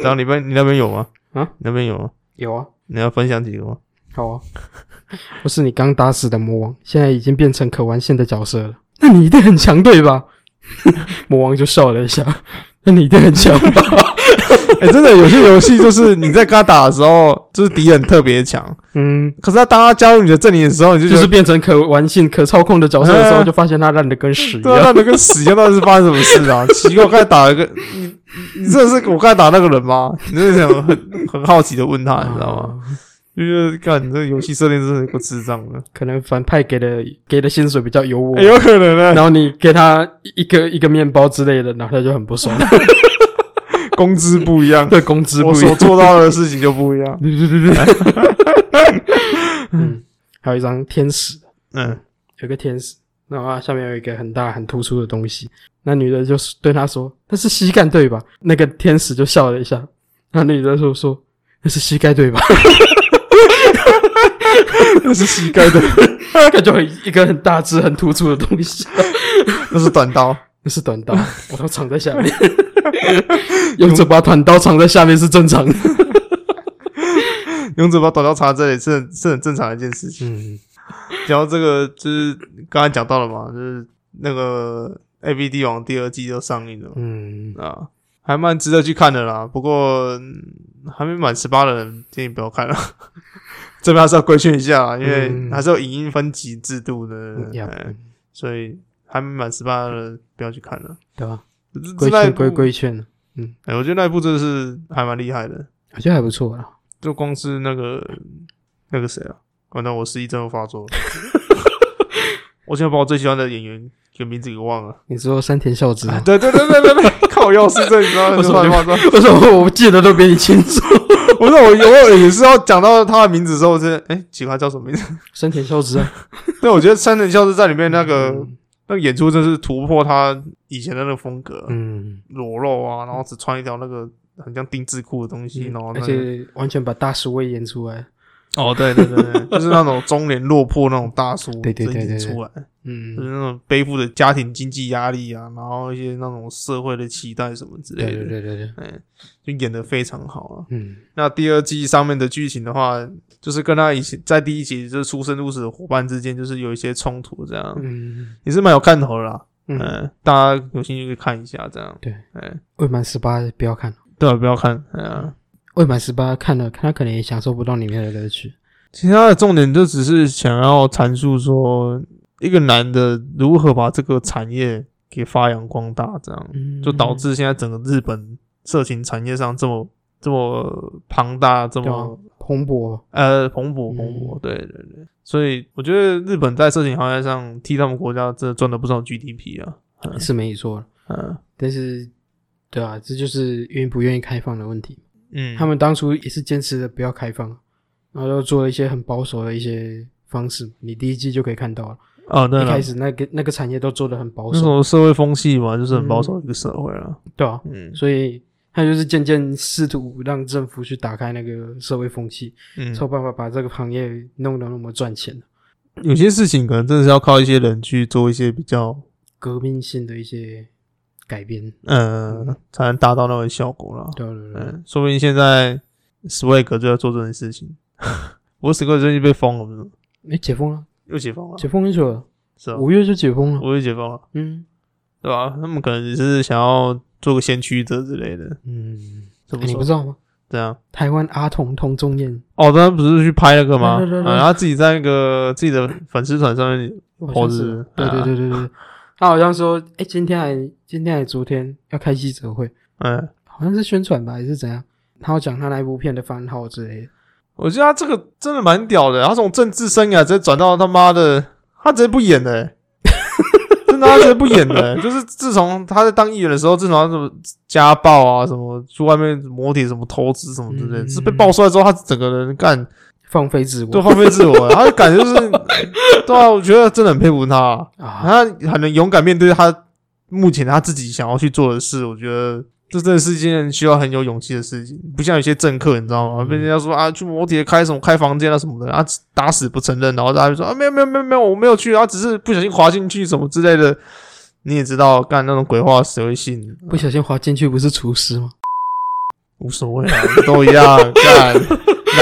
Speaker 2: 然后你们你那边有吗？
Speaker 3: 啊
Speaker 2: 你那边有吗？
Speaker 3: 有啊，
Speaker 2: 你要分享几个吗？
Speaker 3: 好啊，我是你刚打死的魔王，现在已经变成可玩性的角色了。那你一定很强对吧？ 魔王就笑了一下，那你一定很强吧？
Speaker 2: 哎、真的有些游戏就是你在跟他打的时候，就是敌人特别强，
Speaker 3: 嗯，
Speaker 2: 可是他当他加入你的阵营的时候，你就觉
Speaker 3: 就
Speaker 2: 得
Speaker 3: 是变成可玩性、可操控的角色的 时候，
Speaker 2: 哎
Speaker 3: 就发现它烂的跟屎一
Speaker 2: 对啊，
Speaker 3: 样。
Speaker 2: 那你跟死一样，到底是发生什么事 啊？奇怪，我刚才打了个你，你真的是我刚才打那个人吗？你真的想很很好奇的问
Speaker 3: 啊
Speaker 2: 他，你知道吗？
Speaker 3: 吗？
Speaker 2: 就是看你这游戏设定真是够智障的，
Speaker 3: 可能反派给的给的薪水比较优渥，
Speaker 2: 哎有可能呢、
Speaker 3: 然后你给他一个一个面包之类的，然后他就很不爽，
Speaker 2: 工资不一 样，
Speaker 3: 对工资不
Speaker 2: 我
Speaker 3: 一
Speaker 2: 所
Speaker 3: 样。
Speaker 2: 做到的事情就不一样。
Speaker 3: 对对对对。嗯，还有一张天使，
Speaker 2: 嗯，
Speaker 3: 有个天使，然后它下面有一个很大很突出的东西。那女的就是对他说：“那是膝盖对吧？”那个天使就笑了一下。那女的就说：“那是膝盖对吧
Speaker 2: 那是膝盖的，？”
Speaker 3: 感觉很一个很大只、很突出的东西，
Speaker 2: 那是短刀。
Speaker 3: 那是短刀，我都藏在下面。用这把短刀藏在下面是正常的。
Speaker 2: 用嘴把短刀插这里是很是很正常的一件事情。
Speaker 3: 嗯，
Speaker 2: 然后这个就是刚才讲到了嘛，就是那个 A B D 王第二季就上映了嘛。
Speaker 3: 嗯，
Speaker 2: 啊，还蛮值得去看的啦。不过、嗯还没满十八的人建议不要看了， 这边还是要规劝一下啦，因为
Speaker 3: 嗯
Speaker 2: 还是有影音分级制度的，
Speaker 3: 呀，
Speaker 2: 哎所以还没满十八的人不要去看了。
Speaker 3: 对吧？
Speaker 2: 这
Speaker 3: 规
Speaker 2: 这那一
Speaker 3: 劝
Speaker 2: 部
Speaker 3: 归规劝，嗯，
Speaker 2: 哎、我觉得那一部真的是还蛮厉害的，
Speaker 3: 我觉得还不错啦。
Speaker 2: 就光是那个那个谁啊，完蛋，我失忆症又发作了， 我现在把我最喜欢的演员给名字给忘了，
Speaker 3: 你说山田孝之 吗，
Speaker 2: 对对对对对对，靠，要失症，你知道
Speaker 3: 为什么
Speaker 2: 乱七八糟
Speaker 3: 为什么我记得都比你清楚？
Speaker 2: 不是我偶尔也是要讲到他的名字的时候，我真的哎、奇怪叫什么 名字？
Speaker 3: 山田孝之 啊，
Speaker 2: 对，我觉得山田孝之在里面那个、
Speaker 3: 嗯
Speaker 2: 那个演出真是突破他以前的那个风格，
Speaker 3: 嗯，
Speaker 2: 裸露啊，然后只穿一条那个很像丁字裤的东西，然后、那
Speaker 3: 嗯而
Speaker 2: 个
Speaker 3: 且完全把大叔威演出来，
Speaker 2: 哦，对对对对， 就是那种中年落魄那种大叔，
Speaker 3: 对对对
Speaker 2: 整体
Speaker 3: 对对
Speaker 2: 出来，就是
Speaker 3: 嗯，
Speaker 2: 那种背负着家庭经济压力啊，然后一些那种社会的期待什么之类
Speaker 3: 对
Speaker 2: 的，
Speaker 3: 对对对对，
Speaker 2: 就演的非常好啊。
Speaker 3: 嗯
Speaker 2: 那第二季上面的剧情的话，就是跟他以前在第一集就是出生入死的伙伴之间，就是有一些冲突，这样、
Speaker 3: 嗯
Speaker 2: 也是蛮有看头的啦。嗯、
Speaker 3: 嗯，
Speaker 2: 大家有兴趣可以看一下，这样
Speaker 3: 对，
Speaker 2: 嗯，
Speaker 3: 未满十八不要看，
Speaker 2: 对啊，不要看，哎呀，
Speaker 3: 未满十八看了，他可能也享受不到里面的乐趣。
Speaker 2: 其他的重点就只是想要阐述说，一个男的如何把这个产业给发扬光大，这样
Speaker 3: 嗯，
Speaker 2: 就导致现在整个日本色情产业上这么这么庞大，这
Speaker 3: 对
Speaker 2: 么
Speaker 3: 啊蓬勃，
Speaker 2: 呃蓬勃
Speaker 3: 嗯
Speaker 2: 蓬勃，对对对，所以我觉得日本在色情行业上替他们国家真的赚了不少 GDP 啊，
Speaker 3: 是没错，
Speaker 2: 嗯
Speaker 3: 但是，对啊，这就是愿不愿意开放的问题。
Speaker 2: 嗯，
Speaker 3: 他们当初也是坚持的不要开放，然后又做了一些很保守的一些方式。你第一季就可以看到了，
Speaker 2: 哦对
Speaker 3: 一
Speaker 2: 了
Speaker 3: 开，始那个那个产业都做的很保
Speaker 2: 那时
Speaker 3: 守，嗯
Speaker 2: 候社会风气嘛，就是很保守的一个社会了，
Speaker 3: 对啊，
Speaker 2: 嗯
Speaker 3: 所以他就是渐渐试图让政府去打开那个社会风气，
Speaker 2: 嗯
Speaker 3: 才有办法把这个行业弄得那么赚钱。
Speaker 2: 有些事情可能真的是要靠一些人去做一些比较
Speaker 3: 革命性的一些改变，
Speaker 2: 呃，才能达到那个效果啦。
Speaker 3: 对啊嗯对啊对啊
Speaker 2: 嗯，说不定现在 Swag 就在做这件事情。 我 Swag 最近被封了，不是
Speaker 3: 哎，解封了，
Speaker 2: 又解封了，
Speaker 3: 解封很久了，
Speaker 2: 是吧？
Speaker 3: 五月就解封了，
Speaker 2: 我又解封了，
Speaker 3: 嗯
Speaker 2: 对吧、他们可能只是想要做个先驱者之类的，
Speaker 3: 嗯，
Speaker 2: 是哎不是
Speaker 3: 诶你不？知道吗？
Speaker 2: 这样
Speaker 3: 台湾阿童童中宴，
Speaker 2: 哦，他不是去拍那个吗？
Speaker 3: 对对对对
Speaker 2: 啊他自己在那个自己的粉丝团上面，
Speaker 3: 我
Speaker 2: 猴
Speaker 3: 像
Speaker 2: 子
Speaker 3: 是，对
Speaker 2: 啊
Speaker 3: 对对对对，他好像说，哎，今天还今天还昨天要开记者会，
Speaker 2: 嗯，
Speaker 3: 好像是宣传吧，还是怎样？他要讲他那一部片的番号之类的，
Speaker 2: 我觉得他这个真的蛮屌的，他从政治生涯直接转到他妈的，他直接不演了、欸， 真的他直接不演了欸、就是自从他在当议员的时候，自从他什么家暴啊，什么去外面磨铁，什么投资什么之类的，
Speaker 3: 嗯
Speaker 2: 是被爆出来之后，他整个人干
Speaker 3: 放飞自
Speaker 2: 都
Speaker 3: 我
Speaker 2: 放飞自我了，他的感觉就是，对啊，我觉得真的很佩服他，
Speaker 3: 啊，
Speaker 2: 他很能勇敢面对他目前他自己想要去做的事，我觉得。这真的是一件需要很有勇气的事情，不像有些政客，你知道吗？
Speaker 3: 嗯
Speaker 2: 被人家说啊，去摩铁开什么开房间啊什么的，啊打死不承认，然后大家就说啊，没有没有没有没有，我没有去，啊，只是不小心滑进去什么之类的。你也知道，干那种鬼话谁会信？
Speaker 3: 不小心滑进去不是厨师吗？
Speaker 2: 无所谓 啊，都一样。干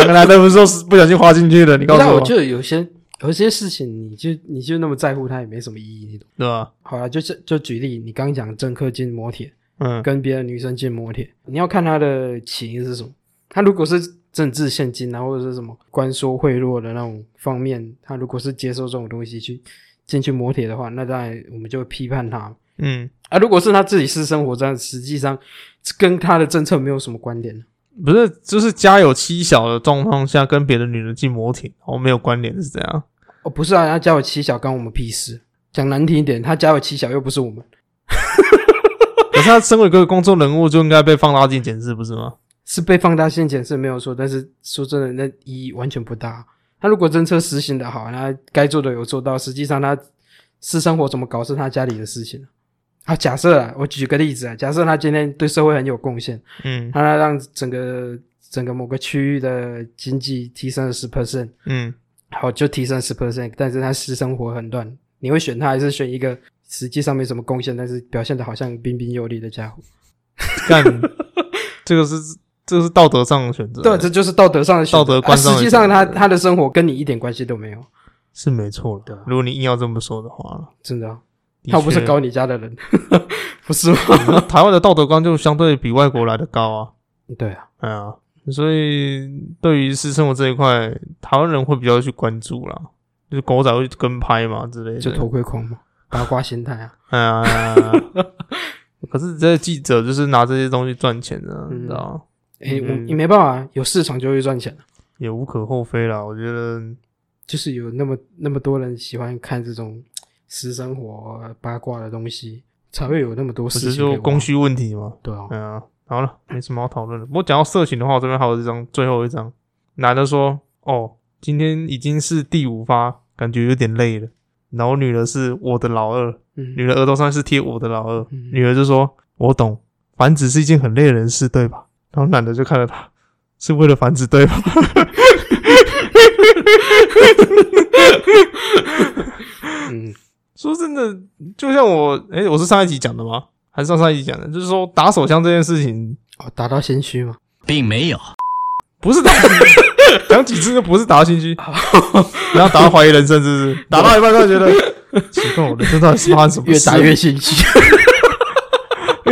Speaker 2: 哪个男的不是说是不小心滑进去的？你告诉
Speaker 3: 但
Speaker 2: 我，
Speaker 3: 我就有些有些事情，你就你就那么在乎它也没什么意义，你懂？
Speaker 2: 对吧？
Speaker 3: 好了，就是就举例，你刚讲政客进摩铁，
Speaker 2: 嗯，
Speaker 3: 跟别的女生进摩铁，你要看他的起因是什么。他如果是政治现金啊，或者是什么官说贿赂的那种方面，他如果是接受这种东西去进去摩铁的话，那当然我们就会批判他
Speaker 2: 嗯，
Speaker 3: 啊。如果是他自己私生活这样，实际上跟他的政策没有什么关联。
Speaker 2: 不是，就是家有妻小的状况下跟别的女人进摩铁，哦，没有关联是这样。
Speaker 3: 哦，不是啊，他家有妻小关我们屁事。讲难听一点，他家有妻小又不是我们，
Speaker 2: 可是他身为一个公众人物，就应该被放大镜检视，不是吗？
Speaker 3: 是被放大陷阱是没有错，但是说真的，那意义完全不大。他如果政策实行的好，那该做的有做到，实际上他私生活怎么搞是他家里的事情。啊，假设啊，我举个例子啊，假设他今天对社会很有贡献，
Speaker 2: 嗯
Speaker 3: 他让整个整个某个区域的经济提升了十 percent，
Speaker 2: 嗯，
Speaker 3: 好就提升十 percent，但是他私生活很乱，你会选他还是选一个实际上没什么贡献，但是表现的好像彬彬有礼的家伙？
Speaker 2: 干，这个是这是道德上的选择，
Speaker 3: 对，这就是道德上的选择
Speaker 2: 道德观上
Speaker 3: 啊
Speaker 2: 的
Speaker 3: 实际
Speaker 2: 选择
Speaker 3: 上他他的生活跟你一点关系都没有，
Speaker 2: 是没错
Speaker 3: 对
Speaker 2: 了
Speaker 3: 啊。
Speaker 2: 如果你硬要这么说的话，
Speaker 3: 真的啊、
Speaker 2: 的
Speaker 3: 他又不是
Speaker 2: 确
Speaker 3: 搞你家的人， 不是吗？
Speaker 2: 台湾的道德观就相对比外国来的高啊，
Speaker 3: 对啊，
Speaker 2: 哎呀，所以对于私生活这一块，台湾人会比较去关注啦，就是狗仔会去跟拍嘛之类的，
Speaker 3: 就头盔狂嘛，八卦心态啊，
Speaker 2: 哎呀， 可是这些记者就是拿这些东西赚钱的，
Speaker 3: 嗯
Speaker 2: 你知道吗
Speaker 3: 哎、我
Speaker 2: 嗯
Speaker 3: 你没办法，有市场就会赚钱了
Speaker 2: 也无可厚非啦。我觉得
Speaker 3: 就是有那么那么多人喜欢看这种私生活啊八卦的东西，才会有那么多
Speaker 2: 不
Speaker 3: 事
Speaker 2: 是
Speaker 3: 情可以
Speaker 2: 就
Speaker 3: 挖
Speaker 2: 供需问题嘛。
Speaker 3: 对啊，
Speaker 2: 嗯、啊，好了，没什么好讨论的。不过讲到色情的话，我这边还有一张最后一张，男的说：“哦，今天已经是第五发，感觉有点累了。”然后女的是我的老二，
Speaker 3: 嗯，
Speaker 2: 女的额头上是贴我的老二，
Speaker 3: 嗯
Speaker 2: 女的就说：“我懂，繁殖是一件很累人的事，对吧？”然后男的就看着她，是为了繁殖，对吧？
Speaker 3: 嗯
Speaker 2: 说真的，就像我，诶、我是上一集讲的吗？还是上上一集讲的？就是说打手枪这件事情，
Speaker 3: 哦，达到先驱嘛，
Speaker 1: 并没有。
Speaker 2: 不是打， 讲几次就不是打到心 虚，然后打到怀疑人生，是不是？打到一半突然觉得奇怪，我人生到底是发生什么
Speaker 3: 越
Speaker 2: 事啊
Speaker 3: 打越心虚，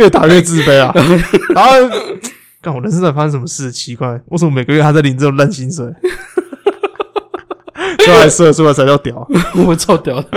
Speaker 2: 越打越自卑啊！然后，看我人生到底发生什么事？奇怪，为什么每个月还在领这种烂薪水？ 出来射出来才叫屌，啊
Speaker 3: 我操屌 的，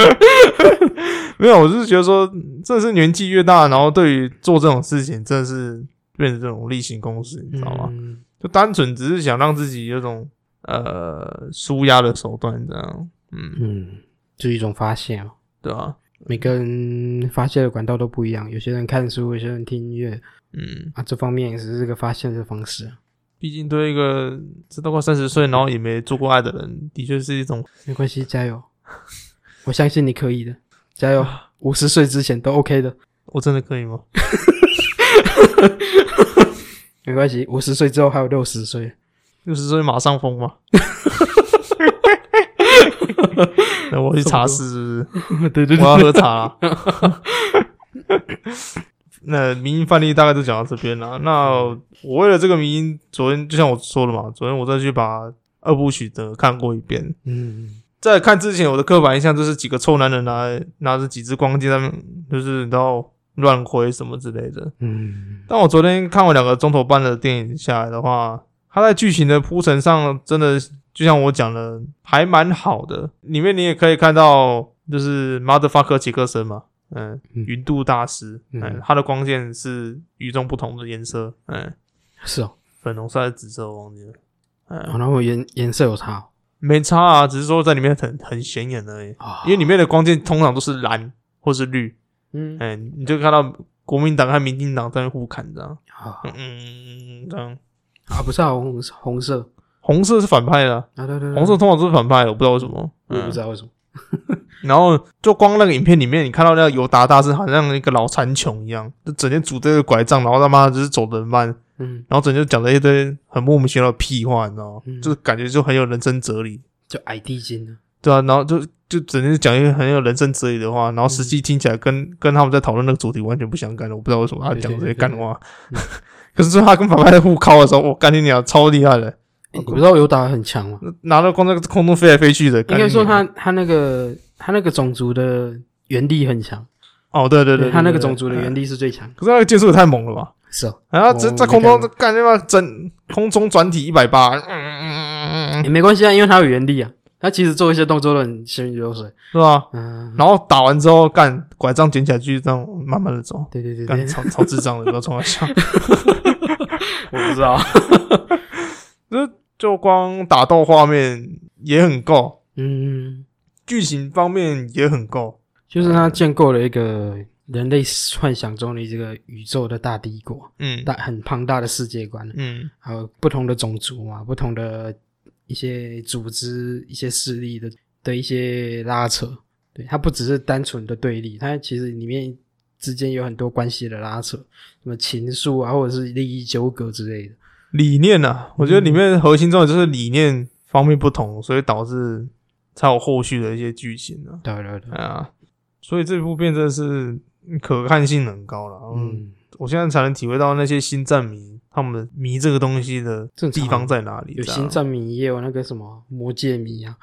Speaker 2: 没有，我就是觉得说，真的是年纪越大，然后对于做这种事情，真的是变成这种例行公事，你知道吗？
Speaker 3: 嗯
Speaker 2: 就单纯只是想让自己有种呃舒压的手段，这样，嗯，
Speaker 3: 嗯，就是一种发泄嘛。
Speaker 2: 对啊，
Speaker 3: 每个人发泄的管道都不一样，有些人看书，有些人听音乐
Speaker 2: 嗯，
Speaker 3: 啊，这方面也是这个发泄的方式。
Speaker 2: 毕竟对一个这都快三十岁，然后也没做过爱的人，的确是一种
Speaker 3: 没关系，加油， 我相信你可以的，加油，
Speaker 2: 啊
Speaker 3: 五十岁之前都 OK 的，
Speaker 2: 我真的可以吗？
Speaker 3: 没关系，五十岁之后还有六 十岁，
Speaker 2: 六十岁马上疯吗？那我去茶室是不
Speaker 3: 对对
Speaker 2: 是？我要喝茶啦。 那民音范例大概就讲到这边了。那我为了这个民音，昨天就像我说的嘛，昨天我再去把二部曲的看过一遍。
Speaker 3: 嗯，
Speaker 2: 在看之前，我的刻板印象就是几个臭男人拿拿着几支光剑在那边，就是你知道乱挥什么之类的。
Speaker 3: 嗯，
Speaker 2: 但我昨天看完两个钟头半的电影下来的话，它在剧情的铺陈上真的就像我讲的，还蛮好的。里面你也可以看到，就是 motherfucker 杰克森嘛，嗯，
Speaker 3: 嗯
Speaker 2: 云度大师，
Speaker 3: 嗯
Speaker 2: 嗯，他的光线是与众不同的颜色，嗯，
Speaker 3: 是哦，
Speaker 2: 粉红色还是紫色我忘记了，嗯，
Speaker 3: 哦然后我颜颜色有差哦
Speaker 2: 没差啊，只是说在里面很很显眼而已，
Speaker 3: 啊，
Speaker 2: 因为里面的光线通常都是蓝或是绿，
Speaker 3: 嗯
Speaker 2: 嗯，你就看到国民党和民进党在那边互砍这样，
Speaker 3: 啊
Speaker 2: 嗯嗯嗯嗯这样。
Speaker 3: 啊，不是啊，红红色
Speaker 2: 红色是反派的啊、
Speaker 3: 啊，对对对，
Speaker 2: 红色通常都是反派的，我不知道为什么。
Speaker 3: 我也不知
Speaker 2: 道。
Speaker 3: 道为什么，
Speaker 2: 然后就光那个影片里面，你看到那个尤达大师好像一个老残穷一样，就整天拄着个拐杖，然后他妈就是走得很慢，
Speaker 3: 嗯，
Speaker 2: 然后整天讲了一堆很莫名其妙的屁话，你知道吗？
Speaker 3: 嗯
Speaker 2: 就是感觉就很有人生哲理，
Speaker 3: 就矮地精啊，
Speaker 2: 对啊，然后就就整天讲一些很有人生哲理的话，然后实际听起来跟、跟他们在讨论那个主题完全不相干的，我不知道为什么他讲这些干话。
Speaker 3: 嗯
Speaker 2: 可是最后他跟反派在互靠的时候，我干你娘，超厉害的，
Speaker 3: 我不知道有打得很强嘛，
Speaker 2: 拿着光在空中飞来飞去的。
Speaker 3: 应
Speaker 2: 干
Speaker 3: 该
Speaker 2: 你
Speaker 3: 说
Speaker 2: 娘
Speaker 3: 他他那个他那个种族的原力很强，
Speaker 2: 哦，对对对，
Speaker 3: 他那
Speaker 2: 对
Speaker 3: 个
Speaker 2: 对
Speaker 3: 种族的
Speaker 2: 对嗯
Speaker 3: 原力是最强，
Speaker 2: 可是那个剑术也太猛了吧！
Speaker 3: 是哦，
Speaker 2: 然后在
Speaker 3: 我
Speaker 2: 在空中
Speaker 3: 没看过
Speaker 2: 干他妈整空中转体一百八，嗯嗯嗯嗯嗯
Speaker 3: 也没关系啊，因为他有原力啊，他其实做一些动作都很行云流水，
Speaker 2: 是吧？
Speaker 3: 嗯，
Speaker 2: 然后打完之后干拐杖捡起来继续这样慢慢的走，
Speaker 3: 对对对
Speaker 2: 干
Speaker 3: 对，
Speaker 2: 超超智障的，不要冲我 笑。
Speaker 3: 我不 知道，
Speaker 2: 就光打斗画面也很够，
Speaker 3: 嗯，
Speaker 2: 剧情方面也很够，
Speaker 3: 就是他建构了一个人类幻想中的这个宇宙的大帝国，
Speaker 2: 嗯
Speaker 3: 大很庞大的世界观，
Speaker 2: 嗯
Speaker 3: 还有不同的种族嘛，不同的一些组织、一些势力的的一些拉扯。对，它不只是单纯的对立，它其实里面之间有很多关系的拉扯，什么情愫啊，或者是利益纠葛之类的。
Speaker 2: 理念啊，我觉
Speaker 3: 嗯
Speaker 2: 得里面核心重点就是理念方面不同，所以导致才有后续的一些剧情啊。
Speaker 3: 对对对，
Speaker 2: 哎呀，所以这部片真的是可看性很高了。嗯，
Speaker 3: 嗯，
Speaker 2: 我现在才能体会到那些星战迷他们迷这个东西的
Speaker 3: 正常啊
Speaker 2: 地方在哪里。
Speaker 3: 有
Speaker 2: 这样
Speaker 3: 星战迷，也有那个什么魔界迷啊，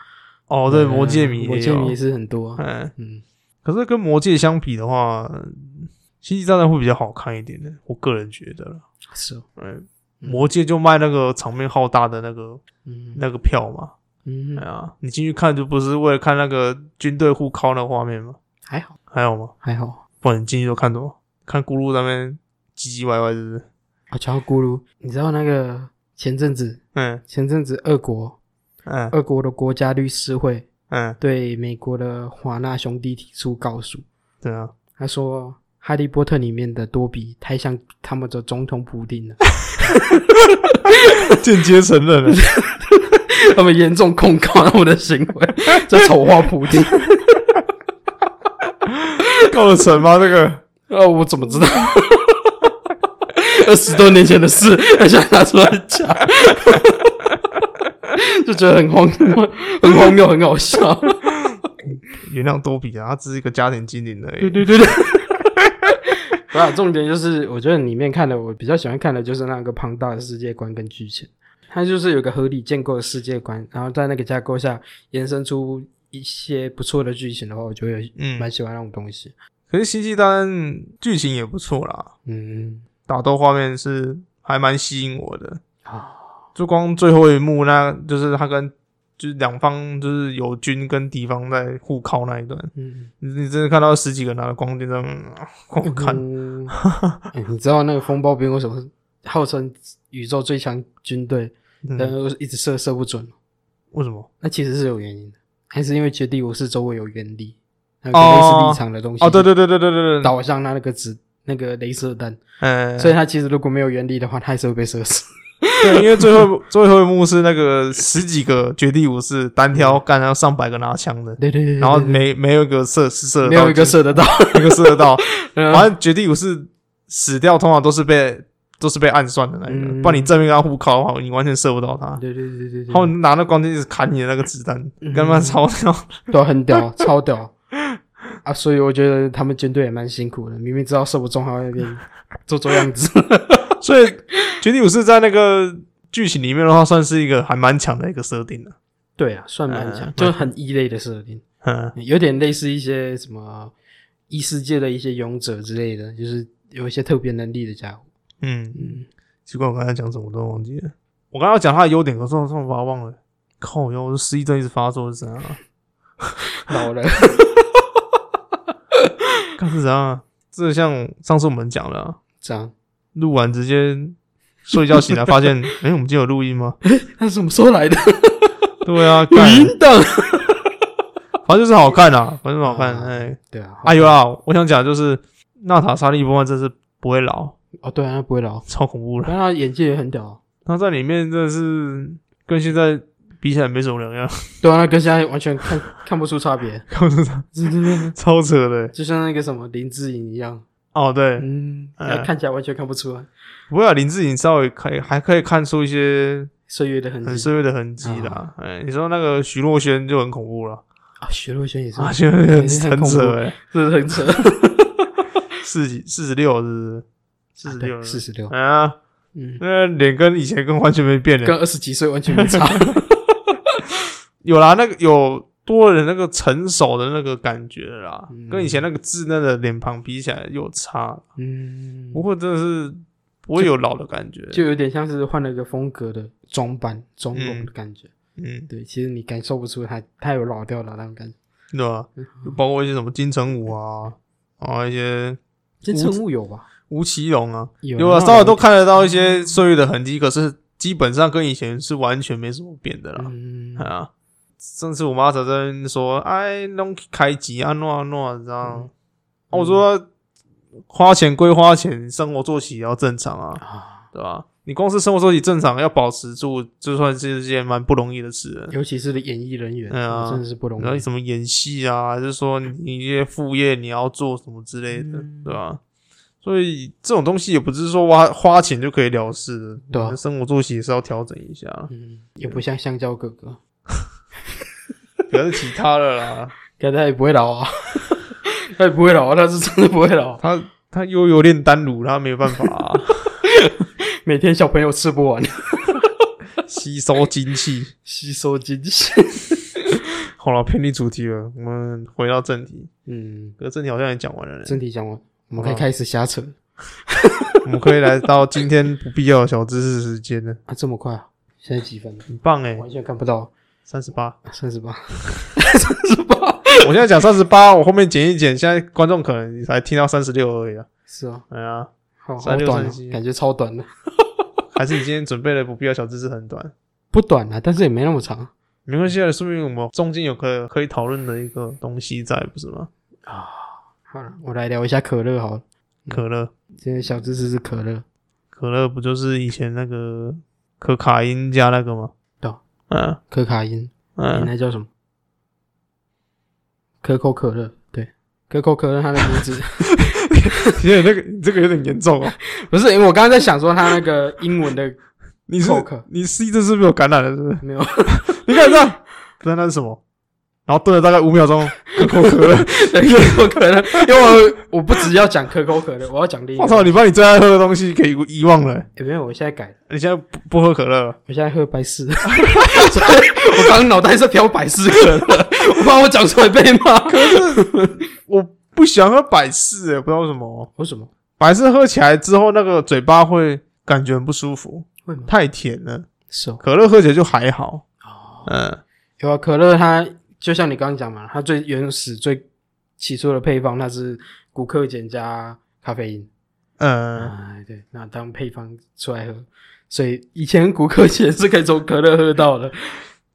Speaker 2: 哦，对，
Speaker 3: 嗯
Speaker 2: 魔界迷
Speaker 3: 魔
Speaker 2: 也
Speaker 3: 界迷
Speaker 2: 有
Speaker 3: 也。是很多啊。
Speaker 2: 哎，
Speaker 3: 嗯，
Speaker 2: 可是跟魔界相比的话，嗯星际大战会比较好看一点的，我个人觉得啦。
Speaker 3: 是哦，
Speaker 2: 哎，魔界就卖那个场面浩大的那个
Speaker 3: 嗯
Speaker 2: 那个票嘛。哎
Speaker 3: 嗯，
Speaker 2: 呀，你进去看就不是为了看那个军队互靠那个画面吗？
Speaker 3: 还好
Speaker 2: 还有吗？
Speaker 3: 还好，
Speaker 2: 不然你进去就看什么？看咕噜在那边唧唧歪歪，是不是？
Speaker 3: 啊，讲到咕噜，你知道那个前阵子
Speaker 2: 嗯
Speaker 3: 前阵子俄国
Speaker 2: 嗯
Speaker 3: 俄国的国家律师会
Speaker 2: 嗯，
Speaker 3: 对美国的华纳兄弟提出告诉，
Speaker 2: 对啊，
Speaker 3: 他说《哈利波特》里面的多比太像他们的总统普 丁了，
Speaker 2: 间接承认 了，
Speaker 3: 他们严重控告他们的行为， 在丑化普丁。
Speaker 2: 告得成吗？这个
Speaker 3: 哦，我怎么知道？二十多年前的事，还想拿出来 讲，就觉得很荒谬，很荒谬，很好笑。
Speaker 2: 原谅多比啊，他只是一个家庭经理而
Speaker 3: 对
Speaker 2: 已。
Speaker 3: 对对对。不啊，重点就是，我觉得里面看的，我比较喜欢看的就是那个庞大的世界观跟剧情，它就是有个合理建构的世界观，然后在那个架构下延伸出一些不错的剧情的话，我就会
Speaker 2: 嗯
Speaker 3: 蛮喜欢那种东西。
Speaker 2: 可是《星际单》剧情也不错啦，
Speaker 3: 嗯，
Speaker 2: 打斗画面是还蛮吸引我的。
Speaker 3: 啊，
Speaker 2: 就光最后一幕，那就是他跟就是两方就是友军跟敌方在互靠那一段，
Speaker 3: 嗯，
Speaker 2: 你你真的看到十几个人拿着光剑这样 啊光看，
Speaker 3: 嗯 哎你知道那个风暴兵为什么号称宇宙最强军队，但
Speaker 2: 嗯，
Speaker 3: 是一直射射不准吗？
Speaker 2: 为什么？
Speaker 3: 那其实是有原因的，还是因为绝地武士周围有原力，那个类
Speaker 2: 哦
Speaker 3: 似立场的东西
Speaker 2: 哦，对对对对对对对，
Speaker 3: 导向那那个子那个镭射弹，
Speaker 2: 嗯，
Speaker 3: 所以它其实如果没有原力的话，它还是会被射死。
Speaker 2: 对， 因为最后最后一幕是那个十几个绝地武士单挑干，然后上百个拿枪的，
Speaker 3: 嗯对对对，对
Speaker 2: 然后
Speaker 3: 对对
Speaker 2: 没没有一个射射得
Speaker 3: 没
Speaker 2: 到，
Speaker 3: 有一 个射 得到，
Speaker 2: 没有一个射得到，
Speaker 3: 嗯
Speaker 2: 反正绝地武士死掉通常都是被都是被暗算的那一个，
Speaker 3: 嗯
Speaker 2: 不然你正面跟他互靠的话，你完全射不到他。
Speaker 3: 对对对对对，
Speaker 2: 然后拿那光剑一直砍你的那个子弹，
Speaker 3: 嗯
Speaker 2: 跟他妈超屌。
Speaker 3: 都很 屌，超屌啊！所以我觉得他们军队也蛮辛苦的，明明知道射不中，还会那边做做样 子。
Speaker 2: 所以《绝地武士》在那个剧情里面的话，算是一个还蛮强的一个设定的。
Speaker 3: 对啊，算蛮强，
Speaker 2: 嗯
Speaker 3: 就很异类的设定，
Speaker 2: 嗯，
Speaker 3: 有点类似一些什么异世界的一些勇者之类的，就是有一些特别能力的家伙。
Speaker 2: 嗯，
Speaker 3: 嗯，
Speaker 2: 奇怪，我刚才讲什么我都忘记了。我刚刚讲他的优点，可是我突然把它忘了。靠哟，我这失忆症一直发作是怎样、啊？
Speaker 3: 老 了，
Speaker 2: 看是怎样、啊？这像上次我们讲的、啊，
Speaker 3: 这样。
Speaker 2: 录完直接睡觉醒来发现，哎、我们今天有录音吗？
Speaker 3: 他什么时候来的？
Speaker 2: 对啊，
Speaker 3: 有
Speaker 2: 干
Speaker 3: 淫荡。
Speaker 2: 反正就是好看啊，反正好看。哎、
Speaker 3: 对 啊，
Speaker 2: 哎呦啊，我想讲就是娜塔莎莉波曼真是不会老，
Speaker 3: 哦，对啊，他不会老，
Speaker 2: 超恐怖的。
Speaker 3: 但他演技也很屌啊、
Speaker 2: 他在里面真的是跟现在比起来没什么两样，
Speaker 3: 对啊，那跟现在完全看 看不出差别，
Speaker 2: 看不出他
Speaker 3: 对对对，
Speaker 2: 超扯的。
Speaker 3: 就像那个什么林志颖一样，
Speaker 2: 哦，对，
Speaker 3: 嗯，
Speaker 2: 哎
Speaker 3: 看起来完全看不出来
Speaker 2: 不过啊林志颖稍微可以还可以看出一些
Speaker 3: 岁月的痕
Speaker 2: 很
Speaker 3: 迹
Speaker 2: 岁月的痕迹啦。哎，你说那个徐若瑄就很恐怖 了
Speaker 3: 啊。徐若瑄也是
Speaker 2: 啊，，徐若瑄
Speaker 3: 也
Speaker 2: 很
Speaker 3: 很恐
Speaker 2: 很
Speaker 3: 怖
Speaker 2: 扯哎，
Speaker 3: 这是很扯，啊
Speaker 2: 四几四十六是不是？四十六，
Speaker 3: 四十六，
Speaker 2: 哎呀，
Speaker 3: 嗯，
Speaker 2: 那脸跟以前跟完全没变的
Speaker 3: 跟。二十几岁完全没 差。
Speaker 2: 有啦，那个有多了那个成熟的那个感觉啦，
Speaker 3: 嗯
Speaker 2: 跟以前那个稚嫩的脸庞比起来有差。
Speaker 3: 嗯
Speaker 2: 不，过真的是不会有老的感觉。
Speaker 3: 就有点像是换了一个风格的装扮、妆容的感觉。
Speaker 2: 嗯，
Speaker 3: 对，其实你感受不出他他有老掉的那种感觉。
Speaker 2: 对吧、
Speaker 3: 嗯
Speaker 2: 包括一些什么金城武 啊，啊一些
Speaker 3: 金城武有吧？
Speaker 2: 吴奇隆啊，
Speaker 3: 有
Speaker 2: 有啊，稍微都看得到一些岁月的痕迹，可是基本上跟以前是完全没什么变的啦。
Speaker 3: 嗯
Speaker 2: 哎，啊，上次我妈在那边说，哎，弄开机啊，诺啊诺，你知道吗？啊
Speaker 3: 嗯
Speaker 2: 我说花钱归花钱，生活作息也要正常啊，
Speaker 3: 啊，
Speaker 2: 对吧？你公司生活作息正常，要保持住，就算是一件蛮不容易的事了。
Speaker 3: 尤其是演艺人员，哦
Speaker 2: 哎呀
Speaker 3: 真的是不容
Speaker 2: 然后
Speaker 3: 易。
Speaker 2: 什么演戏啊，还是说你你一些副业你要做什么之类的，
Speaker 3: 嗯
Speaker 2: 对吧、所以这种东西也不是说花花钱就可以了事的，
Speaker 3: 对啊，
Speaker 2: 你的生活作息也是要调整一下啊
Speaker 3: 嗯，也不像香蕉哥哥。
Speaker 2: 不要再提他了啦，
Speaker 3: 看他也不会老啊， 他也不会老啊，他是真的不会老。
Speaker 2: 他他又有点单乳，他没办法啊、
Speaker 3: 每天小朋友吃不完，
Speaker 2: 吸收精气。
Speaker 3: 吸收精气。
Speaker 2: 好了，偏离主题了，我们回到正题。
Speaker 3: 嗯，
Speaker 2: 可是正题好像也讲完了呢，
Speaker 3: 整体讲完，我们可以
Speaker 2: 好啊
Speaker 3: 开始瞎扯
Speaker 2: 我们可以来到今天不必要的小知识时间了，
Speaker 3: 啊！这么快啊？现在几分？
Speaker 2: 很棒哎、
Speaker 3: 完全看不到，啊
Speaker 2: 三十八。
Speaker 3: 三十八，三十八，
Speaker 2: 我现在讲三十八，我后面减一减，现在观众可能才听到三十六而已啊。
Speaker 3: 是哦，
Speaker 2: 哎呀，
Speaker 3: 好好
Speaker 2: 36
Speaker 3: 短、哦
Speaker 2: 37，
Speaker 3: 感觉超短的，
Speaker 2: 还是你今天准备的不必要小知识很短，
Speaker 3: 不短啊，但是也没那么长
Speaker 2: 没关系啊，说明我们中间有可可以讨论的一个东西在，不是吗？
Speaker 3: 啊。好了，我来聊一下可乐好了。
Speaker 2: 可乐，
Speaker 3: 今天小知识是可乐，
Speaker 2: 可乐不就是以前那个可卡因加那个吗？
Speaker 3: 对啊
Speaker 2: 嗯
Speaker 3: 可卡因，你
Speaker 2: 嗯，
Speaker 3: 那叫什么？可口可乐，对，可口可乐它的名 字
Speaker 2: 其实那个你这个有点严重哦。
Speaker 3: 不是，因为我刚刚在想说它那个英文的
Speaker 2: 你是
Speaker 3: Coke
Speaker 2: 你 C 这是不是有感染了？是不 是？
Speaker 3: 没有，
Speaker 2: 你看这样，不知道那是什么？然后顿了大概五秒 钟，可口可乐。
Speaker 3: 可口可乐，因为我我不只要讲可口可乐，我要讲另一个。
Speaker 2: 我操！你把你最爱喝的东西给遗忘了、
Speaker 3: 诶没有，我现在改了，
Speaker 2: 你现在不不喝可乐了，
Speaker 3: 我现在喝百事， 所以我刚刚脑袋是飘百事可乐，我怕我讲出来被骂。
Speaker 2: 我不喜欢喝百事、欸，不知道为什么哦。
Speaker 3: 为什么？
Speaker 2: 百事喝起来之后，那个嘴巴会感觉很不舒服，
Speaker 3: 为什么？
Speaker 2: 太甜了。
Speaker 3: 是哦，
Speaker 2: 可乐喝起来就还好，嗯，
Speaker 3: 有啊，可乐它就像你刚刚讲嘛，它最原始、最起初的配方，它是骨克碱加咖啡因。
Speaker 2: 嗯，
Speaker 3: 哎，对，那当配方出来喝，所以以前骨科碱是可以从可乐喝到 的。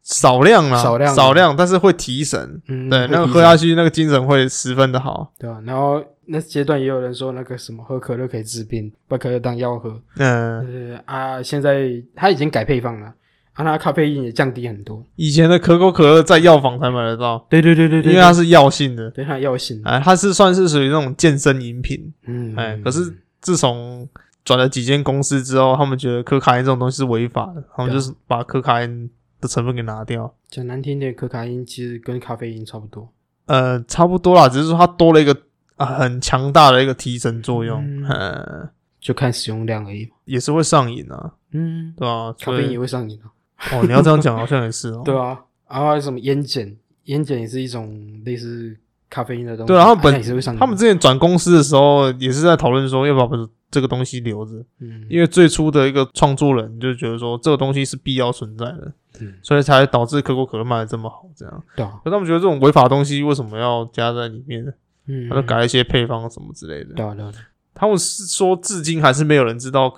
Speaker 2: 少量啦，
Speaker 3: 少量
Speaker 2: 少量，但是会提神。
Speaker 3: 嗯，
Speaker 2: 对，那个喝
Speaker 3: 啊，
Speaker 2: 下去，那个精神会十分的好。
Speaker 3: 对吧、然后那阶段也有人说那个什么喝可乐可以治病，把可乐当药喝。
Speaker 2: 嗯，
Speaker 3: 呃啊，现在它已经改配方了，啊，那咖啡因也降低很多。
Speaker 2: 以前的可口可乐在药房才买得到，
Speaker 3: 对对对对
Speaker 2: 因
Speaker 3: 对，
Speaker 2: 为它是药性的，
Speaker 3: 对它药性。
Speaker 2: 哎，它是算是属于那种健身饮品。
Speaker 3: 嗯，
Speaker 2: 哎，可是自从转了几间公司之后，他们觉得可卡因这种东西是违法的，
Speaker 3: 啊
Speaker 2: 他们就是把可卡因的成分给拿掉。
Speaker 3: 讲难听点，可卡因其实跟咖啡因差不多。
Speaker 2: 呃，差不多啦，只是说它多了一个、啊很强大的一个提神作用，
Speaker 3: 嗯
Speaker 2: 呃，
Speaker 3: 就看使用量而已嘛。
Speaker 2: 也是会上瘾啊，
Speaker 3: 嗯，
Speaker 2: 对吧、
Speaker 3: 咖
Speaker 2: 所
Speaker 3: 啡因
Speaker 2: 以
Speaker 3: 也会上瘾啊。
Speaker 2: 哦，你要这样讲好像也是哦。
Speaker 3: 对啊，然后还有什么烟碱，烟碱也是一种类似咖啡因的东西。
Speaker 2: 对啊他们
Speaker 3: 啊
Speaker 2: 本
Speaker 3: 那也是会上瘾。
Speaker 2: 他们之前转公司的时候，也是在讨论说要不要把这个东西留着，
Speaker 3: 嗯，
Speaker 2: 因为最初的一个创作人就觉得说这个东西是必要存在的，
Speaker 3: 嗯
Speaker 2: 所以才导致可口可乐卖的这么好，这样。
Speaker 3: 对啊，
Speaker 2: 可他们觉得这种违法的东西为什么要加在里面呢？
Speaker 3: 嗯，
Speaker 2: 他就改了一些配方什么之类的。
Speaker 3: 对啊，对啊，对啊
Speaker 2: 他们是说，至今还是没有人知道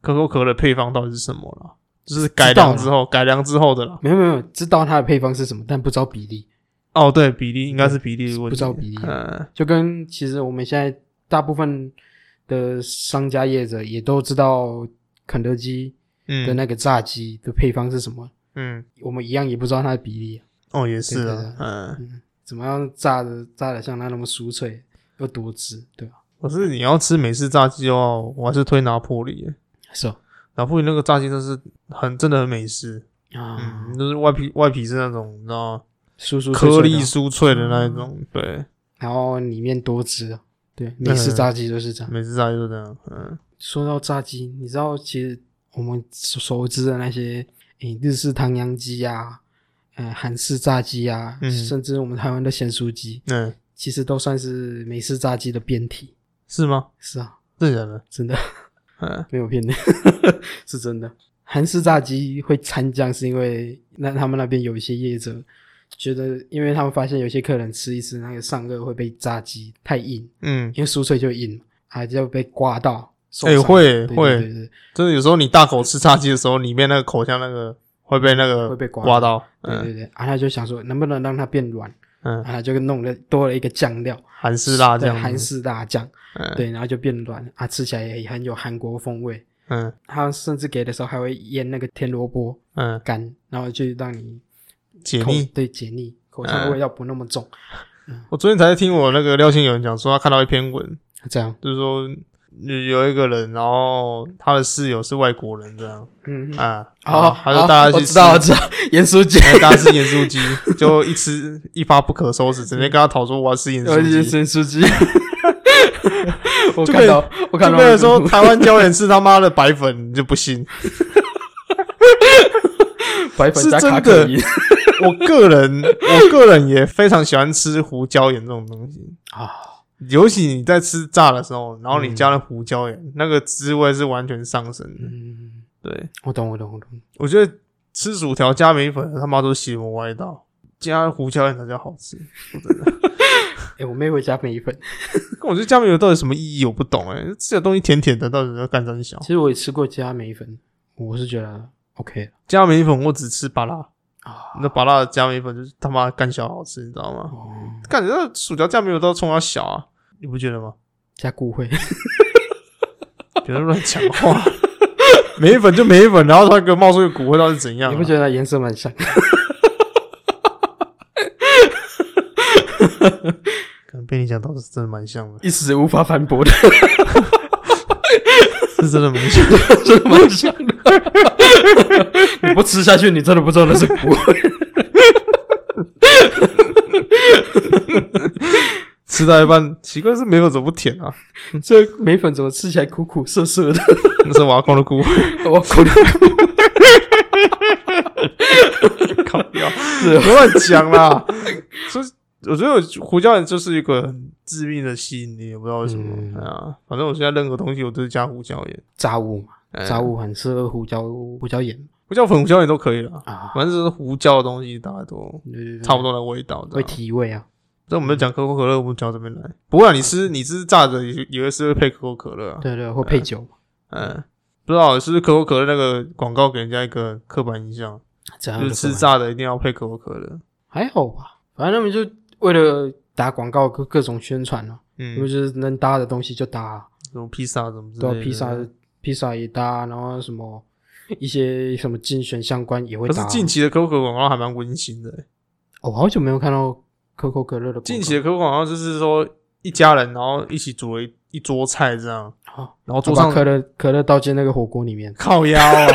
Speaker 2: 可口可乐配方到底是什么啦，就是改良之后，改良之后的啦。
Speaker 3: 没有没有，知道它的配方是什么，但不知道比例，
Speaker 2: 哦，对，比例应该是比例的问题，
Speaker 3: 不知道比例
Speaker 2: 嗯，
Speaker 3: 就跟其实我们现在大部分的商家业者也都知道肯德基的
Speaker 2: 嗯
Speaker 3: 那个炸鸡的配方是什么，
Speaker 2: 嗯，
Speaker 3: 我们一样也不知道它的比例啊，
Speaker 2: 哦，也是
Speaker 3: 对
Speaker 2: 啊
Speaker 3: 对，
Speaker 2: 嗯。
Speaker 3: 怎么样炸的炸的像它那么酥脆又多汁，对啊吧？
Speaker 2: 可是你要吃美式炸鸡的话，我还是推拿破里耶。
Speaker 3: 是哦
Speaker 2: 拿破里那个炸鸡真是很真的很美式，
Speaker 3: 啊，
Speaker 2: 嗯，就是外皮外皮是那种你知道吗
Speaker 3: 酥酥脆
Speaker 2: 颗
Speaker 3: 脆
Speaker 2: 粒
Speaker 3: 的，嗯
Speaker 2: 酥脆的那一种，对，
Speaker 3: 然后里面多汁啊，对，美式炸鸡就是这样。
Speaker 2: 美式炸鸡就这样，嗯。
Speaker 3: 说到炸鸡，你知道其实我们熟熟知的那些，诶，日式唐扬鸡啊，呃，韩式炸鸡啊，
Speaker 2: 嗯
Speaker 3: 甚至我们台湾的咸酥鸡，
Speaker 2: 嗯，
Speaker 3: 其实都算是美式炸鸡的变体。
Speaker 2: 是吗？
Speaker 3: 是啊，
Speaker 2: 真的假的？
Speaker 3: 真的
Speaker 2: 嗯，
Speaker 3: 没有骗你， 是真的。韩式炸鸡会掺酱，是因为那他们那边有一些业者觉得，因为他们发现有些客人吃一吃那个上颚会被炸鸡太硬，
Speaker 2: 嗯，
Speaker 3: 因为酥脆就硬嘛，啊就被刮到受
Speaker 2: 哎、
Speaker 3: 伤。
Speaker 2: 会
Speaker 3: 对
Speaker 2: 会嗯
Speaker 3: 对对对
Speaker 2: 真的有时候你大口吃炸鸡的时候，里面那个口腔那个会被那个
Speaker 3: 会被刮
Speaker 2: 刮到，
Speaker 3: 对
Speaker 2: 嗯
Speaker 3: 对对，啊，他就想说能不能让它变软，
Speaker 2: 嗯
Speaker 3: 啊，，他就弄了多了一个酱料，
Speaker 2: 韩式辣
Speaker 3: 对
Speaker 2: 酱，
Speaker 3: 韩，式辣酱，
Speaker 2: 嗯
Speaker 3: 对，然后就变软啊，吃起来也很有韩国风味。
Speaker 2: 嗯
Speaker 3: 他甚至给的时候还会腌那个甜萝卜
Speaker 2: 嗯，
Speaker 3: 干，然后就让你
Speaker 2: 解
Speaker 3: 口
Speaker 2: 腻。嗯
Speaker 3: 对解腻，口腔的味道不那么重。
Speaker 2: 我昨天才听我那个廖星有人讲说，他看到一篇文，
Speaker 3: 这样，
Speaker 2: 就是说有有一个人，然后他的室友是外国人这样
Speaker 3: 嗯，嗯
Speaker 2: 啊，然
Speaker 3: 好
Speaker 2: 后他就大家
Speaker 3: 我
Speaker 2: 去
Speaker 3: 知
Speaker 2: 吃，
Speaker 3: 道，我知道，盐酥鸡，
Speaker 2: 哎大家吃盐酥鸡， 就一吃一发不可收 拾，直接跟他讨说我要吃盐
Speaker 3: 我
Speaker 2: 酥
Speaker 3: 是
Speaker 2: 鸡。
Speaker 3: 盐酥鸡。 我
Speaker 2: 就
Speaker 3: 看
Speaker 2: 被
Speaker 3: 到，我看
Speaker 2: 就被
Speaker 3: 到那个
Speaker 2: 人说
Speaker 3: 图
Speaker 2: 台湾椒盐是他妈的白粉，你就不信？
Speaker 3: 白粉
Speaker 2: 是
Speaker 3: 加
Speaker 2: 真
Speaker 3: 卡
Speaker 2: 的
Speaker 3: 可因
Speaker 2: 我个人，我个人也非常喜欢吃胡椒盐这种东西，
Speaker 3: 啊，
Speaker 2: 尤其你在吃炸的时候，然后你加了胡椒盐，那个滋味是完全上升的。
Speaker 3: 嗯，
Speaker 2: 对，
Speaker 3: 我懂，我懂，我懂。
Speaker 2: 我觉得吃薯条加米粉他妈都是邪魔歪道，加胡椒盐才叫好吃。说真的，
Speaker 3: 哎，我妹会加梅粉，
Speaker 2: 跟我觉得加梅油到底什么意义我不懂哎、这个东西甜甜的，到底要干啥小？
Speaker 3: 其实我也吃过加梅粉，我是觉得 OK
Speaker 2: 加梅粉我只吃巴拉，
Speaker 3: 啊。
Speaker 2: 那巴拉加梅粉就是他妈干小好吃，你知道吗？
Speaker 3: 哦，
Speaker 2: 感觉那薯条加梅油都冲它小啊，你不觉得吗？
Speaker 3: 加骨灰，
Speaker 2: 别乱讲 话，梅粉就梅粉，然后它给我冒出一个骨味，到底是怎样、啊？
Speaker 3: 你不觉得颜色蛮像？
Speaker 2: 可能被你讲到是真的蛮像的，
Speaker 3: 一时无法反驳的，
Speaker 2: 是真的蛮像。
Speaker 3: 真的蛮像的。 你不吃下去，你真的不知道那是骨灰。
Speaker 2: 吃到一半，奇怪是梅粉怎么不甜啊？
Speaker 3: 这梅粉怎么吃起来苦苦涩涩的？
Speaker 2: 那是我阿公的骨味，
Speaker 3: 我苦的
Speaker 2: 靠掉，
Speaker 3: 啊
Speaker 2: 别乱讲啦。所以我觉得胡椒盐就是一个很致命的吸引力，也不知道为什么、
Speaker 3: 嗯
Speaker 2: 啊。反正我现在任何东西我都是加胡椒盐，
Speaker 3: 炸物嘛，
Speaker 2: 哎
Speaker 3: 炸物很适合胡椒胡椒盐
Speaker 2: 胡椒粉、胡椒盐都可以了。
Speaker 3: 啊，
Speaker 2: 反正就是胡椒的东西，大概都差不多的味道。这
Speaker 3: 嗯会
Speaker 2: 样
Speaker 3: 提味啊。
Speaker 2: 这我们就讲可口可乐，我们讲这边来。不过、啊、你吃你吃炸的，也也是会配可口可乐、啊。
Speaker 3: 嗯对对，会配酒，
Speaker 2: 嗯，不知道是不是可口可乐那个广告给人家一个刻板印象，
Speaker 3: 这样
Speaker 2: 就
Speaker 3: 的
Speaker 2: 是吃
Speaker 3: 口感
Speaker 2: 炸的一定要配可口可乐。
Speaker 3: 还好吧，反正他们就为了打广告各各种宣传啊，
Speaker 2: 嗯
Speaker 3: 他们，就是能搭的东西就搭啊，
Speaker 2: 什么披萨什么之
Speaker 3: 对
Speaker 2: 类
Speaker 3: 啊
Speaker 2: 的，
Speaker 3: 披萨披萨也搭，然后什么一些什么竞选相关也会
Speaker 2: 可
Speaker 3: 搭
Speaker 2: 是
Speaker 3: 啊。
Speaker 2: 近期的可口可乐广告还蛮温馨的、欸。
Speaker 3: 哦我好久没有看到可口可乐的广告
Speaker 2: 近期的可口可乐广告就是说一家人，然后一起煮了一一桌菜这样，
Speaker 3: 好，
Speaker 2: 然后
Speaker 3: 哦我
Speaker 2: 桌
Speaker 3: 把
Speaker 2: 上，
Speaker 3: 可乐可乐倒进那个火锅里面
Speaker 2: 靠腰、 啊，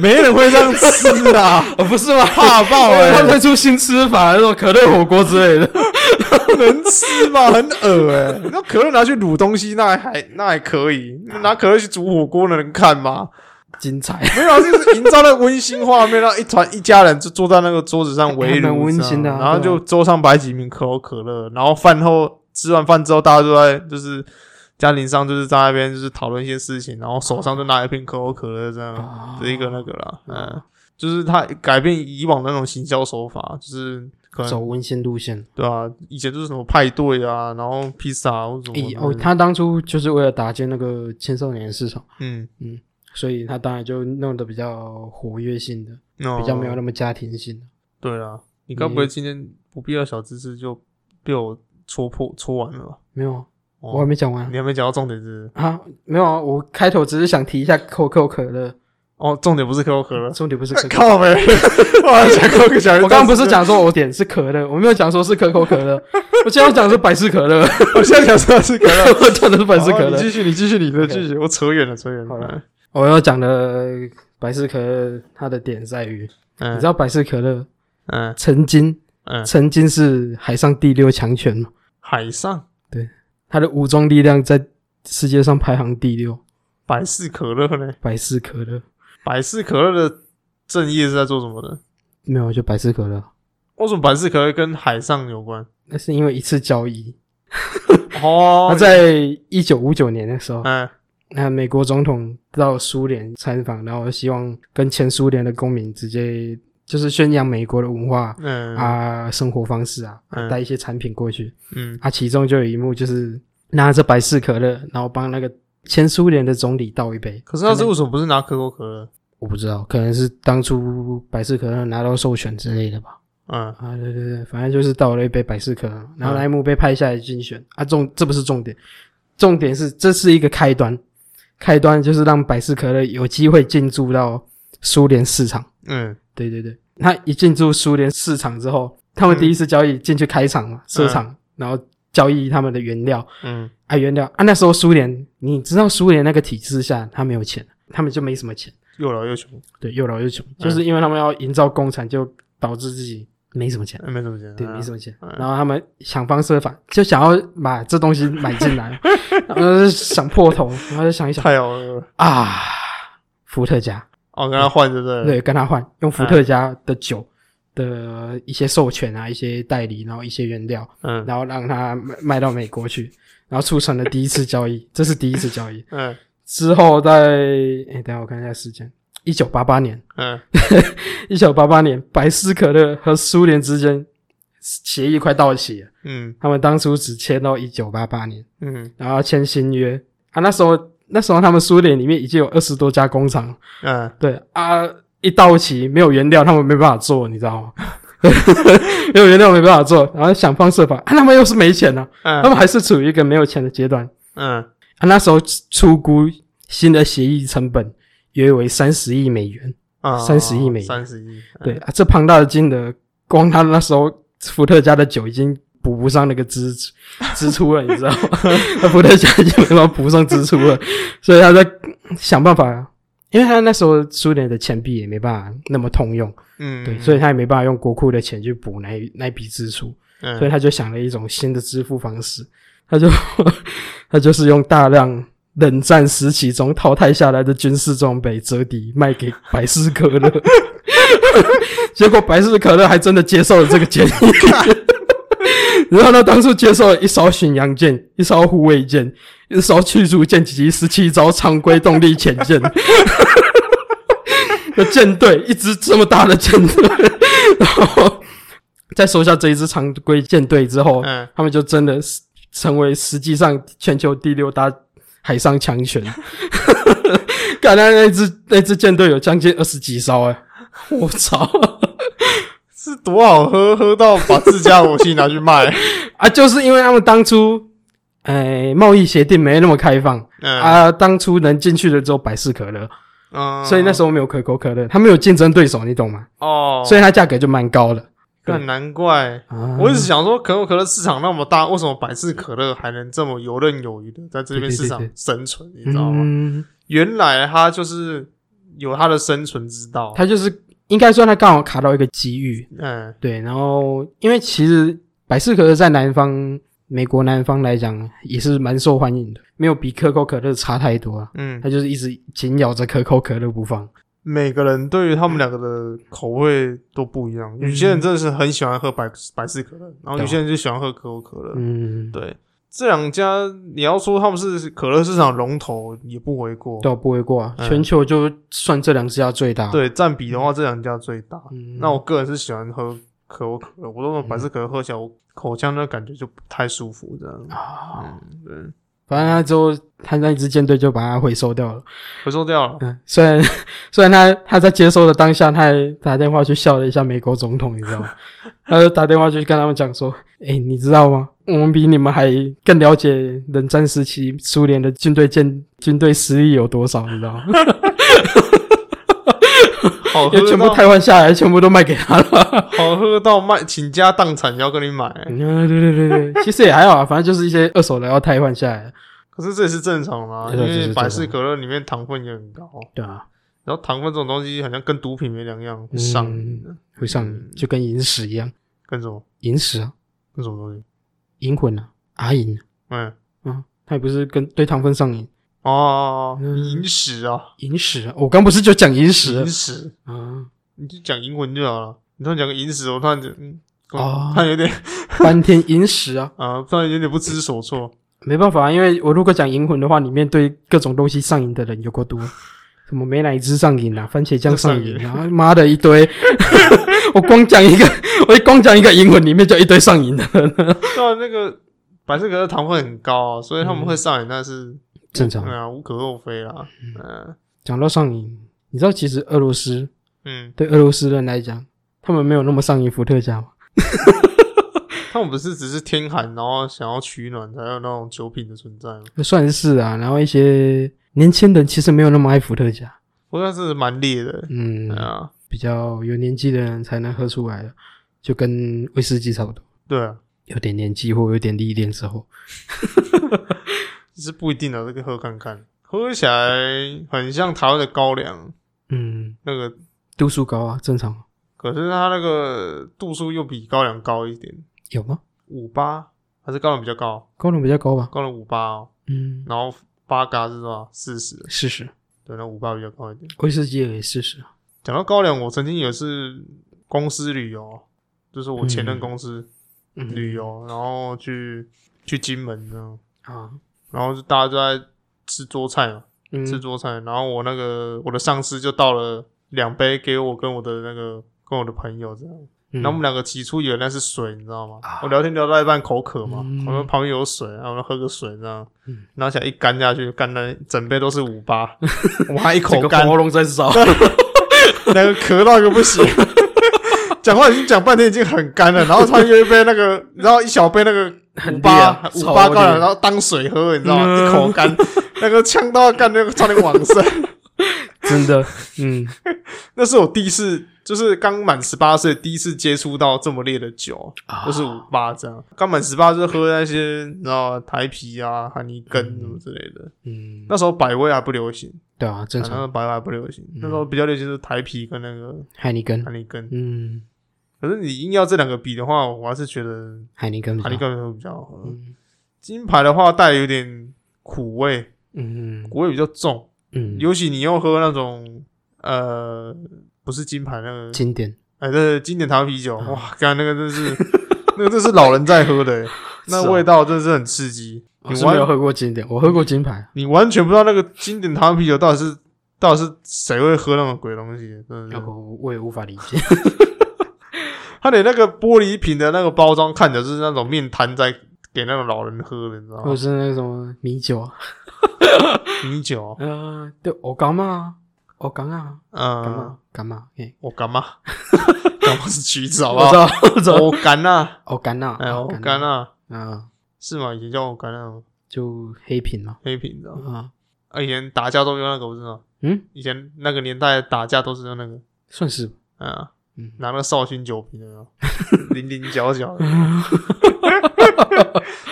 Speaker 2: 没人会这样吃啊，
Speaker 3: 哦，不是吗？
Speaker 2: 怕爆哎、
Speaker 3: 他们出新吃法，那种可乐火锅之类的。
Speaker 2: 能吃吗？很恶哎、那可乐拿去卤东西，那还那还可以，拿可乐去煮火锅的能看吗？
Speaker 3: 精彩，
Speaker 2: 没有啊，就是营造那个温馨画面，让一团一家人就坐在那个桌子上围
Speaker 3: 还蛮
Speaker 2: 炉，
Speaker 3: 温馨的啊
Speaker 2: 这样然后就桌上摆几瓶可口可乐，然后饭后吃完饭之后，大家都在就是家庭上就是在那边就是讨论一些事情，然后手上就拿一瓶可口可乐这样，
Speaker 3: 啊
Speaker 2: 这一个那个啦，嗯，就是他改变以往那种行销手法，就是可能
Speaker 3: 走温馨路线。
Speaker 2: 对啊，以前就是什么派对啊，然后披萨啊或者什
Speaker 3: 咦
Speaker 2: 么
Speaker 3: 哦，
Speaker 2: 的，
Speaker 3: 他当初就是为了打进那个青少年市场，
Speaker 2: 嗯，
Speaker 3: 所以他当然就弄得比较活跃性的，
Speaker 2: 比
Speaker 3: 比较没有那么家庭性的。
Speaker 2: 哦对啊，你该不会今天不必要小知识就被我戳破戳完了吧？
Speaker 3: 没有啊，
Speaker 2: 哦
Speaker 3: 我还没讲完
Speaker 2: 你还没讲到重点是不是？
Speaker 3: 啊，没有啊，我开头只是想提一下可口可乐，
Speaker 2: 哦，重点不是可口可乐，
Speaker 3: 重点不是可口。
Speaker 2: 靠呗！ 我还想可口可乐，
Speaker 3: 我刚刚不是，讲说我点是可乐，我没有讲说是可口可 乐，我现在讲的是百事可乐，
Speaker 2: 我现在想说的是可 乐，哦
Speaker 3: 我讲的是百事可
Speaker 2: 好你
Speaker 3: 乐。
Speaker 2: 继续，你继续你的
Speaker 3: OK
Speaker 2: 继续，我扯远了，扯远了。
Speaker 3: 好了，我要讲的百事可乐，它的点在于，你
Speaker 2: 嗯
Speaker 3: 知道百事可乐
Speaker 2: 嗯
Speaker 3: 曾经
Speaker 2: 嗯，
Speaker 3: 曾经是海上第六强权嘛，
Speaker 2: 海上
Speaker 3: 它的武装力量在世界上排行第六，
Speaker 2: 百事可乐呢？
Speaker 3: 百事可乐
Speaker 2: 百事可乐的正业是在做什么的？
Speaker 3: 没有就百事可乐，
Speaker 2: 为什么百事可乐跟海上有关？
Speaker 3: 那是因为一次交易，
Speaker 2: 哦
Speaker 3: 他，在一九五九年的时候，
Speaker 2: 嗯
Speaker 3: 那美国总统到苏联参访，然后希望跟前苏联的公民直接就是宣扬美国的文化
Speaker 2: 嗯
Speaker 3: 啊、生活方式啊，
Speaker 2: 嗯
Speaker 3: 带一些产品过去。
Speaker 2: 嗯
Speaker 3: 啊，其中就有一幕就是拿着百事可乐，然后帮那个前苏联的总理倒一杯。
Speaker 2: 可是他是为什么不是拿可口可乐？
Speaker 3: 我不知道，可能是当初百事可乐拿到授权之类的吧。
Speaker 2: 嗯
Speaker 3: 啊，对对对，反正就是倒了一杯百事可乐，然后那一幕被拍下来精选、啊。重这不是重点，重点是这是一个开端，开端就是让百事可乐有机会进驻到苏联市场。
Speaker 2: 嗯
Speaker 3: 对对对，他一进驻苏联市场之后，他们第一次交易进去开厂嘛，设厂，然后交易他们的原料
Speaker 2: 嗯
Speaker 3: 啊，原料啊，那时候苏联，你知道苏联那个体制下，他没有钱，他们就没什么钱，
Speaker 2: 又老又穷，
Speaker 3: 对，又老又穷，就是因为他们要营造工厂，就导致自己没什么钱。
Speaker 2: 哎没什么钱，
Speaker 3: 对，
Speaker 2: 嗯
Speaker 3: 没什么钱。
Speaker 2: 嗯
Speaker 3: 然后他们想方设法，就想要把这东西买 进来，然后就想破头，然后就想一想
Speaker 2: 太好了。
Speaker 3: 啊，伏特加，
Speaker 2: 哦，跟他换对不对？，
Speaker 3: 对，跟他换，用伏特加的酒的一些授权啊，一些代理，然后一些原料，
Speaker 2: 嗯
Speaker 3: 然后让他卖卖到美国去，然后促成了第一次交易，这是第一次交易。
Speaker 2: 嗯
Speaker 3: 之后在，哎，等一下我看一下时间，一九八八年，
Speaker 2: 嗯，
Speaker 3: 一九八八年，百事可乐和苏联之间协议快到期了，
Speaker 2: 嗯
Speaker 3: 他们当初只签到一九八八年，
Speaker 2: 嗯
Speaker 3: 然后签新约啊，那时候那时候他们苏联里面已经有二十多家工厂，
Speaker 2: 嗯，
Speaker 3: 对啊，一到期没有原料，他们没办法做，你知道吗？ 没有原料没办法做，然后想方设法，啊，他们又是没钱呢、啊，他
Speaker 2: 嗯
Speaker 3: 们还是处于一个没有钱的阶段。
Speaker 2: 嗯，
Speaker 3: 啊，那时候出估新的协议成本约为三十亿美元。
Speaker 2: 啊，
Speaker 3: 30亿美元
Speaker 2: 三十亿，
Speaker 3: 对啊，这庞大的金额，光他那时候伏特加的酒已经补不上那个支出支出了，你知道吗？ 那伏特加已经没办法补上支出了，所以他在想办法，因为他那时候苏联的钱币也没办法那么通用，
Speaker 2: 嗯，
Speaker 3: 对，所以他也没办法用国库的钱去补那一那笔支出，
Speaker 2: 嗯
Speaker 3: 所以他就想了一种新的支付方式，他就他就是用大量冷战时期中淘汰下来的军事装备折抵卖给百事可乐， 结果百事可乐还真的接受了这个建议。 然后他当初接受了一艘巡洋舰、一艘护卫舰、一艘驱逐舰以及十七艘常规动力潜舰， 的舰队，一支这么大的舰队， 然后再收下这一支常规舰队之后，
Speaker 2: 嗯
Speaker 3: 他们就真的是成为实际上全球第六大海上强权。 看来那支那支舰队有将近二十几艘哎、 我操
Speaker 2: 是多好喝，喝到把自家武器拿去卖，
Speaker 3: 啊！就是因为他们当初，哎，贸易协定没那么开放
Speaker 2: 嗯
Speaker 3: 啊，当初能进去的只有百事可乐，
Speaker 2: 嗯，
Speaker 3: 所以那时候没有可口可乐，他们有竞争对手，你懂吗？
Speaker 2: 哦，
Speaker 3: 所以它价格就蛮高的。
Speaker 2: 但难怪。
Speaker 3: 啊
Speaker 2: 我一直想说，可口可乐市场那么大，为什么百事可乐还能这么游刃有余的在这边市场
Speaker 3: 对对对
Speaker 2: 生存？你知道啊吗？
Speaker 3: 嗯，
Speaker 2: 原来它就是有它的生存之道。
Speaker 3: 他就是应该说他刚好卡到一个机遇，
Speaker 2: 嗯
Speaker 3: 对。然后因为其实百事可乐在南方，美国南方来讲也是蛮受欢迎的，没有比可口可乐差太多啊。
Speaker 2: 嗯，
Speaker 3: 他就是一直紧咬着可口可乐不放，
Speaker 2: 每个人对于他们两个的口味都不一样，
Speaker 3: 嗯
Speaker 2: 有些人真的是很喜欢喝百百事可乐，然后有些人就喜欢喝可口可乐。
Speaker 3: 啊嗯，
Speaker 2: 对，这两家你要说他们是可乐市场龙头也不为过。
Speaker 3: 都不为过啊。
Speaker 2: 嗯
Speaker 3: 全球就算这两家最大，，
Speaker 2: 对，占比的话，这两家最大。
Speaker 3: 嗯，
Speaker 2: 那我个人是喜欢喝可口可乐，我都说百事可乐喝起来，我口腔的感觉就不太舒服，这样
Speaker 3: 啊，
Speaker 2: 嗯对，
Speaker 3: 反正他之后他那支舰队就把它回收掉了。
Speaker 2: 回收掉 了。
Speaker 3: 嗯，虽然虽然他他在接收的当下，他还打电话去笑了一下美国总统，你知道吗？他就打电话去跟他们讲说：“哎、你知道吗？我们比你们还更了解冷战时期苏联的军队舰军队实力有多少，你知道吗？
Speaker 2: 好
Speaker 3: 因
Speaker 2: 喝
Speaker 3: 为全部
Speaker 2: 到
Speaker 3: 台湾下来，全部都卖给他了。
Speaker 2: 好喝到卖，倾家荡产也要跟你买，
Speaker 3: 嗯，对对对对，其实也还好啊，反正就是一些二手的要台湾下来，
Speaker 2: 可是这也是正常啦，因
Speaker 3: 对这是
Speaker 2: 为
Speaker 3: 正
Speaker 2: 百
Speaker 3: 常
Speaker 2: 事可乐里面糖分也很高，
Speaker 3: 对啊，
Speaker 2: 然后糖分这种东西好像跟毒品没两样，会
Speaker 3: 嗯
Speaker 2: 上瘾的，
Speaker 3: 会上瘾，就跟饮食一样，
Speaker 2: 跟什么
Speaker 3: 饮食啊，
Speaker 2: 跟什么东西？
Speaker 3: 银魂啊，阿银啊
Speaker 2: 嗯，
Speaker 3: 嗯，他也不是跟对糖分上瘾。”
Speaker 2: 哦，
Speaker 3: 嗯
Speaker 2: 饮食啊，
Speaker 3: 银石，我刚不是就讲银石
Speaker 2: 饮食，
Speaker 3: 啊？
Speaker 2: 你就讲银魂就好了。你突然讲个饮食，我突然就嗯，
Speaker 3: 哦
Speaker 2: 突然有点
Speaker 3: 翻天银石啊，
Speaker 2: 啊，突然有点不知所措。
Speaker 3: 没办法、啊，因为我如果讲银魂的话，里面对各种东西上瘾的人有够 多，什么美乃滋上瘾啊，番茄酱上瘾啊，妈的一堆。 我光讲一个， 我光讲一个银魂里面就一堆上瘾的人，
Speaker 2: 对啊，那个百事可乐糖分很高啊，所以他们会上瘾，那是
Speaker 3: 嗯正
Speaker 2: 对
Speaker 3: 常。
Speaker 2: 啊，无可厚非啦。嗯
Speaker 3: 讲到上瘾，你知道其实俄罗斯
Speaker 2: 嗯，
Speaker 3: 对俄罗斯人来讲，他们没有那么上瘾伏特加吗？
Speaker 2: 他们不是只是天寒，然后想要取暖，才有那种酒品的存在吗？
Speaker 3: 算是啊，然后一些年轻人其实没有那么爱伏特加，
Speaker 2: 不过是蛮烈的，
Speaker 3: 嗯
Speaker 2: 对，啊，
Speaker 3: 比较有年纪的人才能喝出来的，就跟威士忌差不多，
Speaker 2: 对啊，
Speaker 3: 有点年纪或有点历练之后，
Speaker 2: 是不一定啊的，这个喝看看，喝起来很像台湾的高粱
Speaker 3: 嗯，
Speaker 2: 那个，
Speaker 3: 度数高啊，正常
Speaker 2: 可是它那个度数又比高粱高一点，
Speaker 3: 有吗？
Speaker 2: 五八还是高粱比较高，
Speaker 3: 高粱比较高吧，
Speaker 2: 高粱五八哦，
Speaker 3: 嗯，
Speaker 2: 然后八嘎是多少？四十，
Speaker 3: 四十，
Speaker 2: 对，那五八比较高一点。
Speaker 3: 威士忌也四十，
Speaker 2: 讲到高粱，我曾经有一次公司旅游，就是我前任公司
Speaker 3: 嗯，
Speaker 2: 旅游，然后去去金门这样，
Speaker 3: 啊，
Speaker 2: 然后就大家就在吃桌菜嘛，
Speaker 3: 嗯，
Speaker 2: 吃桌菜，然后我那个我的上司就倒了两杯给我跟我的那个跟我的朋友这样，
Speaker 3: 嗯
Speaker 2: 然后我们两个起初以为那是水，你知道吗
Speaker 3: 啊？
Speaker 2: 我聊天聊到一半口渴嘛，
Speaker 3: 嗯
Speaker 2: 我们旁边有水，然后我们喝个水这样
Speaker 3: 嗯，
Speaker 2: 然后想一干下去，干了整杯都是五 八，我还一口
Speaker 3: 整个
Speaker 2: 干，
Speaker 3: 喉咙在 烧。
Speaker 2: 那个咳到一个不行， 讲话已经讲半天，已经很干了，然后突然又一杯那个，然后一小杯那个五
Speaker 3: 很烈
Speaker 2: 八
Speaker 3: 啊
Speaker 2: 五
Speaker 3: 超
Speaker 2: 八高
Speaker 3: 烈
Speaker 2: 粱，然后当水喝，你知道吗？
Speaker 3: 嗯
Speaker 2: 一口干，那个呛到干那个差点往生。
Speaker 3: 真的，嗯，
Speaker 2: 那是我第一次，就是刚满十八岁，第一次接触到这么烈的酒，
Speaker 3: 啊
Speaker 2: 就是五八这样。刚满十八就喝那些，你知道台啤啊、海尼根什么之类的。
Speaker 3: 嗯，
Speaker 2: 那时候百威还不流行，
Speaker 3: 对啊，正
Speaker 2: 那时
Speaker 3: 常。嗯
Speaker 2: 候百威还不流行，那时候比较流行是台啤跟那个
Speaker 3: 海尼根，
Speaker 2: 海尼根。
Speaker 3: 嗯，
Speaker 2: 可是你硬要这两个比的话，我还是觉得
Speaker 3: 海尼根比较
Speaker 2: 海
Speaker 3: 好，
Speaker 2: 尼根会比较好喝。
Speaker 3: 嗯，
Speaker 2: 金牌的话带有点苦味，
Speaker 3: 嗯
Speaker 2: 苦味比较重，
Speaker 3: 嗯嗯，
Speaker 2: 尤其你又喝那种呃不是金牌那个，
Speaker 3: 经典，
Speaker 2: 哎，对，经典台湾啤酒，
Speaker 3: 嗯
Speaker 2: 哇，刚那个真 是那个真是老人在喝的，那味道真是很刺激，
Speaker 3: 啊我
Speaker 2: 你
Speaker 3: 是没有
Speaker 2: 完
Speaker 3: 喝过经典，我喝过金牌。
Speaker 2: 你完全不知道那个经典台湾啤酒到底是到底是谁会喝那种鬼东西，真的
Speaker 3: 然
Speaker 2: 是
Speaker 3: 后我也无法理解，
Speaker 2: 嗯他连那个玻璃瓶的那个包装看起来就是那种面摊在给那种老人喝的，你知道
Speaker 3: 或者
Speaker 2: 吗？
Speaker 3: 是那个什么米酒啊，
Speaker 2: 米酒，
Speaker 3: 呃，对，我干嘛，我干啊，干
Speaker 2: 嗯。
Speaker 3: 嘛干嘛，嘿
Speaker 2: 我干 嘛？干嘛是橘子好不
Speaker 3: 我知
Speaker 2: 好？
Speaker 3: 道，我知道，
Speaker 2: 我干啊，
Speaker 3: 我干 啊，
Speaker 2: 哎，我
Speaker 3: 欧
Speaker 2: 干
Speaker 3: 啊，
Speaker 2: 啊，
Speaker 3: 啊，
Speaker 2: 是吗？以前叫我干啊，
Speaker 3: 就黑瓶嘛，
Speaker 2: 黑瓶的。
Speaker 3: 啊，
Speaker 2: 啊，以前打架都用那个，不是吗？
Speaker 3: 嗯，
Speaker 2: 以前那个年代打架都是用那个，
Speaker 3: 算是吧，
Speaker 2: 啊，
Speaker 3: 嗯
Speaker 2: 拿那个绍兴酒瓶的有 没有，零零角角的。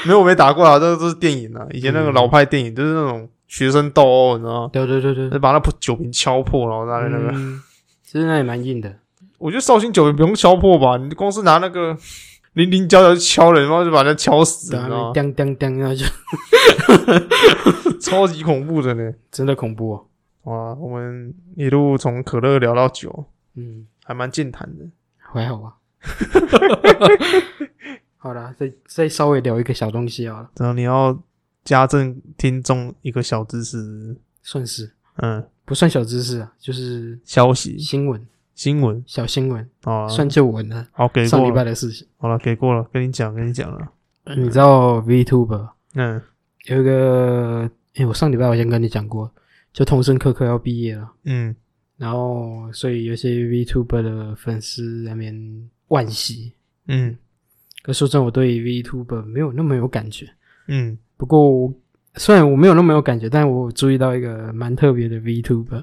Speaker 2: 没有，我没打过啊，这个都是电影啊。以前
Speaker 3: 嗯
Speaker 2: 那个老派电影就是那种学生斗殴，你知道吗？
Speaker 3: 对对对对，
Speaker 2: 就把那酒瓶敲破，然后拿来那个。
Speaker 3: 嗯，其实那也蛮硬的，
Speaker 2: 我觉得绍兴酒瓶不用敲破吧，你光是拿那个零零角角去敲人，然后就把人家敲死，
Speaker 3: 对
Speaker 2: 你
Speaker 3: 啊，
Speaker 2: 知道吗
Speaker 3: 那？当当当，那就
Speaker 2: 超级恐怖的呢。
Speaker 3: 真的恐怖哦，
Speaker 2: 哇，我们一路从可乐聊到酒，
Speaker 3: 嗯。
Speaker 2: 还蛮健谈的。
Speaker 3: 还好 吧。好啦，再再稍微聊一个小东西好了，
Speaker 2: 然后你要加赠听众一个小知识，
Speaker 3: 算是
Speaker 2: 嗯，
Speaker 3: 不算小知识啊，就是
Speaker 2: 消息
Speaker 3: 新闻
Speaker 2: 新闻
Speaker 3: 小新闻，
Speaker 2: 啊，
Speaker 3: 算旧闻了。
Speaker 2: 好给
Speaker 3: 上
Speaker 2: 过
Speaker 3: 礼拜
Speaker 2: 了，
Speaker 3: 的事情，
Speaker 2: 好了，给过了，跟你讲，跟你讲了，
Speaker 3: 你知道 VTuber
Speaker 2: 嗯，
Speaker 3: 有一个，哎、我上礼拜好像跟你讲过，就童声科科要毕业了，
Speaker 2: 嗯
Speaker 3: 然后所以有些 VTuber 的粉丝在那边惋惜。
Speaker 2: 嗯
Speaker 3: 可说真的，我对 VTuber 没有那么有感觉。
Speaker 2: 嗯
Speaker 3: 不过我虽然我没有那么有感觉，但我有注意到一个蛮特别的 VTuber，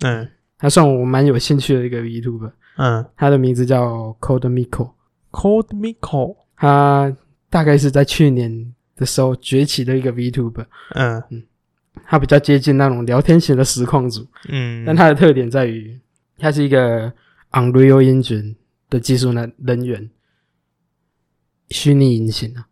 Speaker 2: 嗯
Speaker 3: 他算我蛮有兴趣的一个 VTuber，
Speaker 2: 嗯
Speaker 3: 他的名字叫 Cold Miko，
Speaker 2: ，Cold Miko，
Speaker 3: 他大概是在去年的时候崛起的一个 VTuber，
Speaker 2: 嗯
Speaker 3: 他比较接近那种聊天型的实况组，
Speaker 2: 嗯，
Speaker 3: 但他的特点在于他是一个 Unreal Engine 的技术人人员，虚拟引擎啊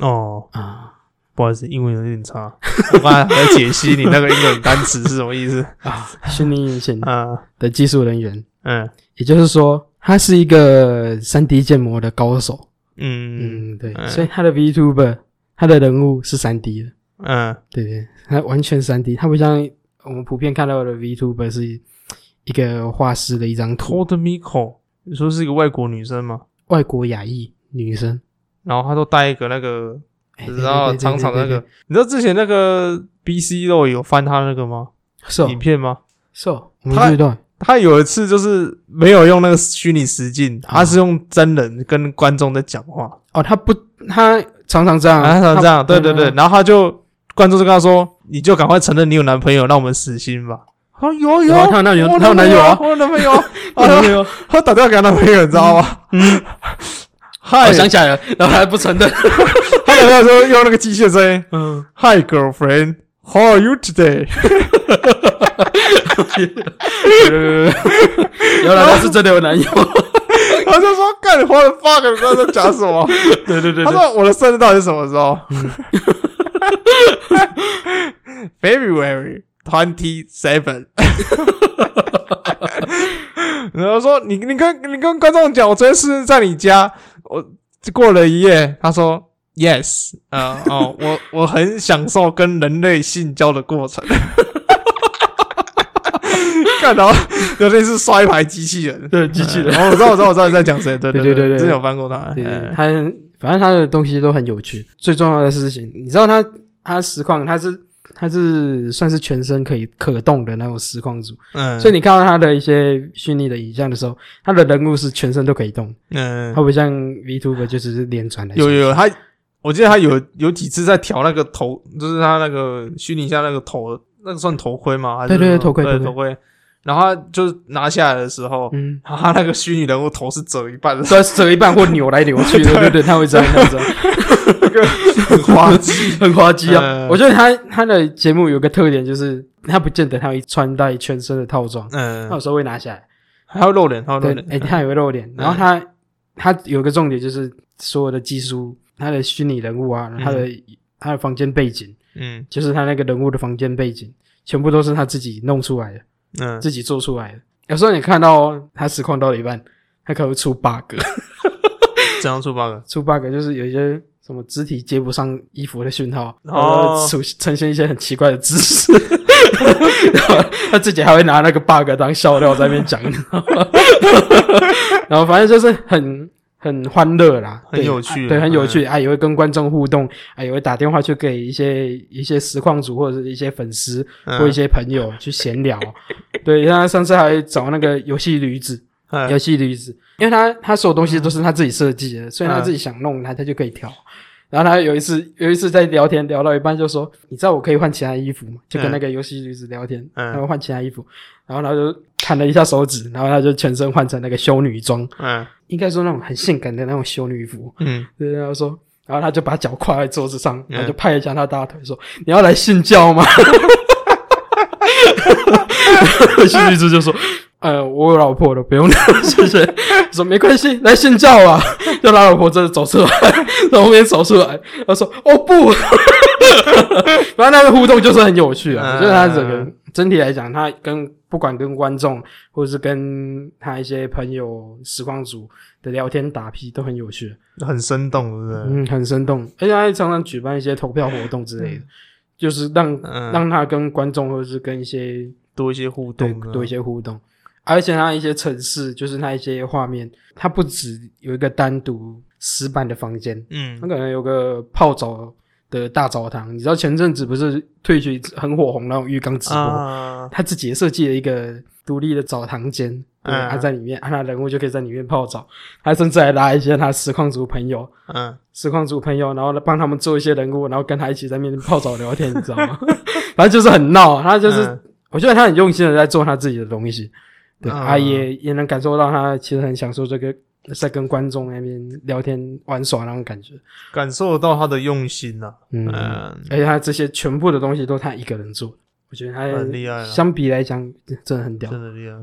Speaker 2: 哦，
Speaker 3: 啊
Speaker 2: 不好意思，英文有点差， 我刚才还在解析你那个英文单词是什么意思
Speaker 3: 啊，虚拟引擎
Speaker 2: 啊，
Speaker 3: 的技术人员，
Speaker 2: 嗯
Speaker 3: 也就是说他是一个 3D 建模的高手，
Speaker 2: 嗯
Speaker 3: 嗯，对，
Speaker 2: 嗯
Speaker 3: 所以他的 VTuber 他的人物是 3D 的。
Speaker 2: 嗯
Speaker 3: 对对，它完全三 D，它不像我们普遍看到的 VTuber 是一个画师的一张图，
Speaker 2: ，Cold Miko，你说是一个外国女生吗？
Speaker 3: 外国亚裔女生，
Speaker 2: 然后他都戴一个那个，
Speaker 3: 哎
Speaker 2: 你知道
Speaker 3: 对对对对
Speaker 2: 长长的那
Speaker 3: 对对
Speaker 2: 个
Speaker 3: 对，
Speaker 2: 你知道之前那个 B C 肉有翻他那个吗？
Speaker 3: 是
Speaker 2: 影
Speaker 3: 哦
Speaker 2: 片吗？
Speaker 3: 是哦，我们
Speaker 2: 他
Speaker 3: 这一段
Speaker 2: 他有一次就是没有用那个虚拟实境，
Speaker 3: 啊
Speaker 2: 他是用真人跟观众在讲话，
Speaker 3: 哦，他不，他常常这样，
Speaker 2: 然啊后他这样，对对对，
Speaker 3: 啊嗯
Speaker 2: 然后他就观众就跟他说：“你就赶快承认你有男朋友，让我们死心吧。”他说：“有
Speaker 3: 有啊他有男友他有男友啊
Speaker 2: 我哦有男朋友啊，我有
Speaker 3: 哦
Speaker 2: 男朋友。
Speaker 3: 有，”
Speaker 2: 他打电话给他男朋友，你知道吗？嗯， 嗨
Speaker 3: 我，想起来了，然后他还不承认，
Speaker 2: 他男朋友说用那个机械声音。
Speaker 3: 嗯，
Speaker 2: Hi, girlfriend. How are you today?
Speaker 3: 原来他是真的有男友，
Speaker 2: 他就说：“干你花了 fuck，你不知道在讲什么。
Speaker 3: 对对”对嗯
Speaker 2: 他
Speaker 3: 对，
Speaker 2: 说：“我的生日到底是什么时候 ？”February twenty seven。然后说：“你你跟你跟观众讲，我昨天生日在你家，我过了一夜。”他说：“Yes，呃哦，我我很享受跟人类性交的过程。” 干看，然后有类似刷一排机器人，
Speaker 3: 对机器人，
Speaker 2: 哦然后我知道，我知道，我知道你在讲谁，对
Speaker 3: 对
Speaker 2: 对
Speaker 3: 对对
Speaker 2: 之前有翻过他，
Speaker 3: 对
Speaker 2: 哎
Speaker 3: 他反正他的东西都很有趣。最重要的事情，你知道他他实况他是他是算是全身可以可动的那种实况组，
Speaker 2: 嗯，
Speaker 3: 所以你看到他的一些虚拟的影像的时候，他的人物是全身都可以动，
Speaker 2: 嗯
Speaker 3: 他，不像 VTuber 就只是连传来传
Speaker 2: 有
Speaker 3: 去。
Speaker 2: 有有，他我记得他有有几次在调那个头，就是他那个虚拟一下那个头，那个算头盔吗？还是
Speaker 3: 对对对
Speaker 2: 什么
Speaker 3: 头盔
Speaker 2: 对
Speaker 3: 头
Speaker 2: 头盔。然后他就是拿下来的时候，
Speaker 3: 嗯，
Speaker 2: 然后他那个虚拟人物头是折一半的，
Speaker 3: 折折一半或扭来扭去， 对对对，他会这样他会这样。
Speaker 2: 很滑 稽。
Speaker 3: 很滑稽啊！
Speaker 2: 呃
Speaker 3: 我觉得他他的节目有个特点，就是他不见得他会穿戴全身的套装，他有
Speaker 2: 嗯，哦
Speaker 3: 时候会拿下来，
Speaker 2: 还要露脸，还要露
Speaker 3: 哦对
Speaker 2: 脸，。
Speaker 3: 哎、他也会露
Speaker 2: 嗯
Speaker 3: 脸。然后他、他有个重点就是所有的技术，他的虚拟人物啊，他的、他的房间背景，
Speaker 2: 嗯
Speaker 3: 就是他那个人物的房间背景，全部都是他自己弄出来的，
Speaker 2: 嗯，
Speaker 3: 自己做出来的。有时候你看到哦他实况到一半，他可能会出 bug，
Speaker 2: 怎样出 bug？
Speaker 3: 出 bug 就是有一些什么肢体接不上衣服的讯号，然
Speaker 2: 哦
Speaker 3: 后出呈现一些很奇怪的姿势， 然后他自己还会拿那个 bug 当笑料在那边讲，你 知道吗然后反正就是很很欢乐啦，
Speaker 2: 很
Speaker 3: 对
Speaker 2: 有趣
Speaker 3: 啊对，
Speaker 2: 嗯
Speaker 3: 很有趣啊，也会跟观众互动啊，也会打电话去给一些一些实况组或者是一些粉丝或一
Speaker 2: 嗯
Speaker 3: 些朋友去闲聊，对，像他上次还找那个游戏驴子。
Speaker 2: 嗯
Speaker 3: 游戏的意思，因为他他所有东西都是他自己设计的，所以他自己想弄他他就可以调。然后他有一次有一次在聊天聊到一半就说：“你知道我可以换其他衣服吗？”就跟那个游戏女子聊天，
Speaker 2: 嗯
Speaker 3: 然后换其他衣服，然后他就砍了一下手指，然后他就全身换成那个修女装，
Speaker 2: 嗯
Speaker 3: 应该说那种很性感的那种修女服。
Speaker 2: 嗯，
Speaker 3: 对，然后说，然后他就把脚跨在桌子上，然
Speaker 2: 嗯
Speaker 3: 后就拍一下他大腿说：“你要来信教吗？” 信律师就说：“呃，我有老婆了，不用了，谢谢。”说没关系，来信教啊！就他老婆真的走出来，从后面走出来，他说：“哦不！” 反正那个互动就是很有趣啊，我觉得他整个
Speaker 2: 嗯
Speaker 3: 整体来讲，他跟不管跟观众或者是跟他一些朋友、时光组的聊天打屁都很有趣。
Speaker 2: 很生动，是不是？
Speaker 3: 嗯，很生动，而且他还常常举办一些投票活动之类的，就是让、
Speaker 2: 嗯
Speaker 3: 让他跟观众或者是跟一些
Speaker 2: 多一些互
Speaker 3: 对
Speaker 2: 动，
Speaker 3: 多一些互动，而且他一些城市，就是他一些画面，他不止有一个单独石板的房间，
Speaker 2: 嗯
Speaker 3: 他可能有个泡澡的大澡堂。你知道前阵子不是退去很火红那种浴缸直播，
Speaker 2: 啊，
Speaker 3: 他自己也设计了一个独立的澡堂间，对，
Speaker 2: 嗯
Speaker 3: 他在里面，啊他人物就可以在里面泡澡，他甚至还拉一些他实况组朋友。
Speaker 2: 嗯，
Speaker 3: 实况组朋友，然后帮他们做一些人物，然后跟他一起在面泡澡聊天，你知道吗？ 反正就是很闹，他就是、
Speaker 2: 嗯
Speaker 3: 我觉得他很用心的在做他自己的东西，对，
Speaker 2: 嗯
Speaker 3: 啊也也能感受到他其实很享受这个在跟观众那边聊天玩耍那种感觉，
Speaker 2: 感受到他的用心呐。
Speaker 3: 嗯，
Speaker 2: 嗯，
Speaker 3: 而且他这些全部的东西都他一个人做，我觉得
Speaker 2: 很
Speaker 3: 他
Speaker 2: 厉害啊，
Speaker 3: 相比来讲真的很屌。
Speaker 2: 真的厉害。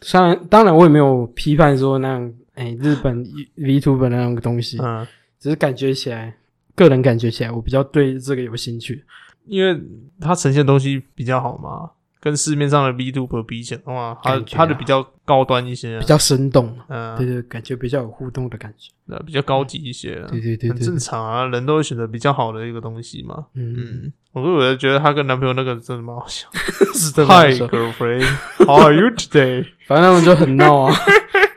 Speaker 3: 虽然当然我也没有批判说那样，哎、日本 VTuber 那种东西，
Speaker 2: 嗯，
Speaker 3: 只是感觉起来，个人感觉起来我比较对这个有兴趣。
Speaker 2: 因为它呈现的东西比较好嘛，跟市面上的 B two 比起来的话，它
Speaker 3: 感觉啊
Speaker 2: 它的比较高端一些啊
Speaker 3: 比，较生动，
Speaker 2: 嗯，
Speaker 3: 对对，感觉比较有互动的感觉。
Speaker 2: 呃比较高级一些，啊
Speaker 3: 对对对
Speaker 2: 嗯很
Speaker 3: 对
Speaker 2: 正，常啊，人都会选择比较好的一个东西嘛。
Speaker 3: 嗯，
Speaker 2: 嗯，我就我就觉得她跟男朋友那个真的蛮好笑。
Speaker 3: 是真的没
Speaker 2: Hi
Speaker 3: 错。
Speaker 2: girlfriend, how are you today？
Speaker 3: 反正我就很闹 啊，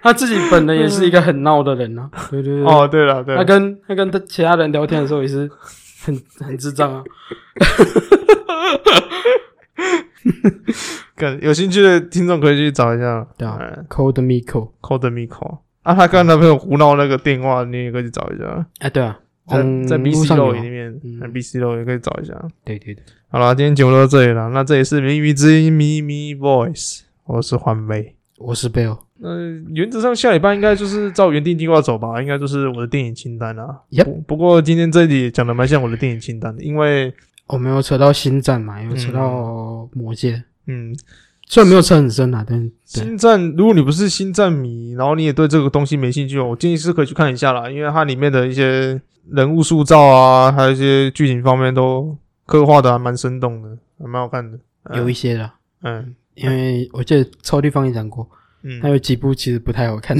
Speaker 3: 他自己本人也是一个很闹的人啊。对 对对，
Speaker 2: 哦，对了，对
Speaker 3: 他
Speaker 2: 了，
Speaker 3: 跟他跟他其他人聊天的时候也是很很智 障啊。
Speaker 2: 跟有兴趣的听众可以去找一下，
Speaker 3: 对啊
Speaker 2: 嗯
Speaker 3: Cold Miko，
Speaker 2: ，Call the Miko。啊，她跟男朋友胡闹那个电话，你也可以去找一下，
Speaker 3: 哎，对啊，
Speaker 2: 在
Speaker 3: 网
Speaker 2: 在
Speaker 3: 络
Speaker 2: BC
Speaker 3: 上
Speaker 2: 楼
Speaker 3: 有
Speaker 2: 里面
Speaker 3: 嗯
Speaker 2: ，BC 楼也可以找一下。
Speaker 3: 对对对，
Speaker 2: 好啦，今天节目到这里了。那这里是咪咪之音咪咪 Voice，我是环美。
Speaker 3: 我是贝尔，
Speaker 2: 那、原则上下礼拜应该就是照原定计划走吧，应该就是我的电影清单啦。
Speaker 3: Yep
Speaker 2: 不不过今天这里讲的蛮像我的电影清单的，因为
Speaker 3: 我没有扯到星战嘛，有扯
Speaker 2: 嗯
Speaker 3: 到魔戒，
Speaker 2: 嗯，
Speaker 3: 虽然没有扯很深啊，但对
Speaker 2: 星战如果你不是星战迷，然后你也对这个东西没兴趣哦，我建议是可以去看一下啦，因为它里面的一些人物塑造啊，还有一些剧情方面都刻画的还蛮生动的，还蛮好看的。嗯
Speaker 3: 有一些啦，
Speaker 2: 嗯
Speaker 3: 因为我记得超地方也讲过，
Speaker 2: 嗯，
Speaker 3: 还有几部其实不太好看。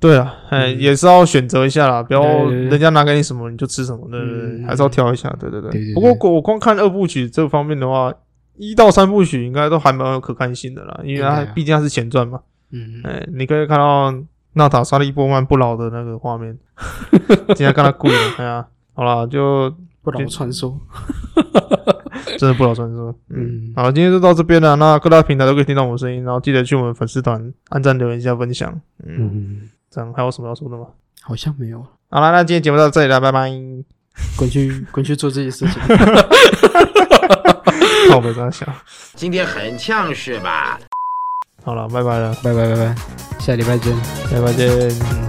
Speaker 2: 对啊，哎、
Speaker 3: 嗯
Speaker 2: 也是要选择一下啦，不要
Speaker 3: 对对对
Speaker 2: 人家拿给你什么你就吃什么，对对对，
Speaker 3: 嗯
Speaker 2: 还是要挑一下，对对对。
Speaker 3: 对对对
Speaker 2: 不过我光看二部曲这方面的话，一到三部曲应该都还蛮有可看性的啦，因为它
Speaker 3: 应该啊
Speaker 2: 毕竟它是前传嘛。
Speaker 3: 嗯，
Speaker 2: 哎、你可以看到娜塔莎莉波曼不老的那个画面，今天看他跪了，哎呀，好啦，就
Speaker 3: 不老传说，
Speaker 2: 真的不老传说。嗯
Speaker 3: 嗯，
Speaker 2: 好了，今天就到这边了。那各大平台都可以听到我们声音，然后记得去我们粉丝团按赞、留言、加分享。嗯，
Speaker 3: 嗯，
Speaker 2: 这样还有什么要说的吗？
Speaker 3: 好像没有了，
Speaker 2: 好啦，那今天节目到这里了，拜拜。
Speaker 3: 滚去 滚去做这些事情。
Speaker 2: 看我们这样想，
Speaker 1: 今天很呛是吧？
Speaker 2: 好了，拜拜了，
Speaker 3: 拜拜拜拜，下礼拜见。
Speaker 2: 拜拜见。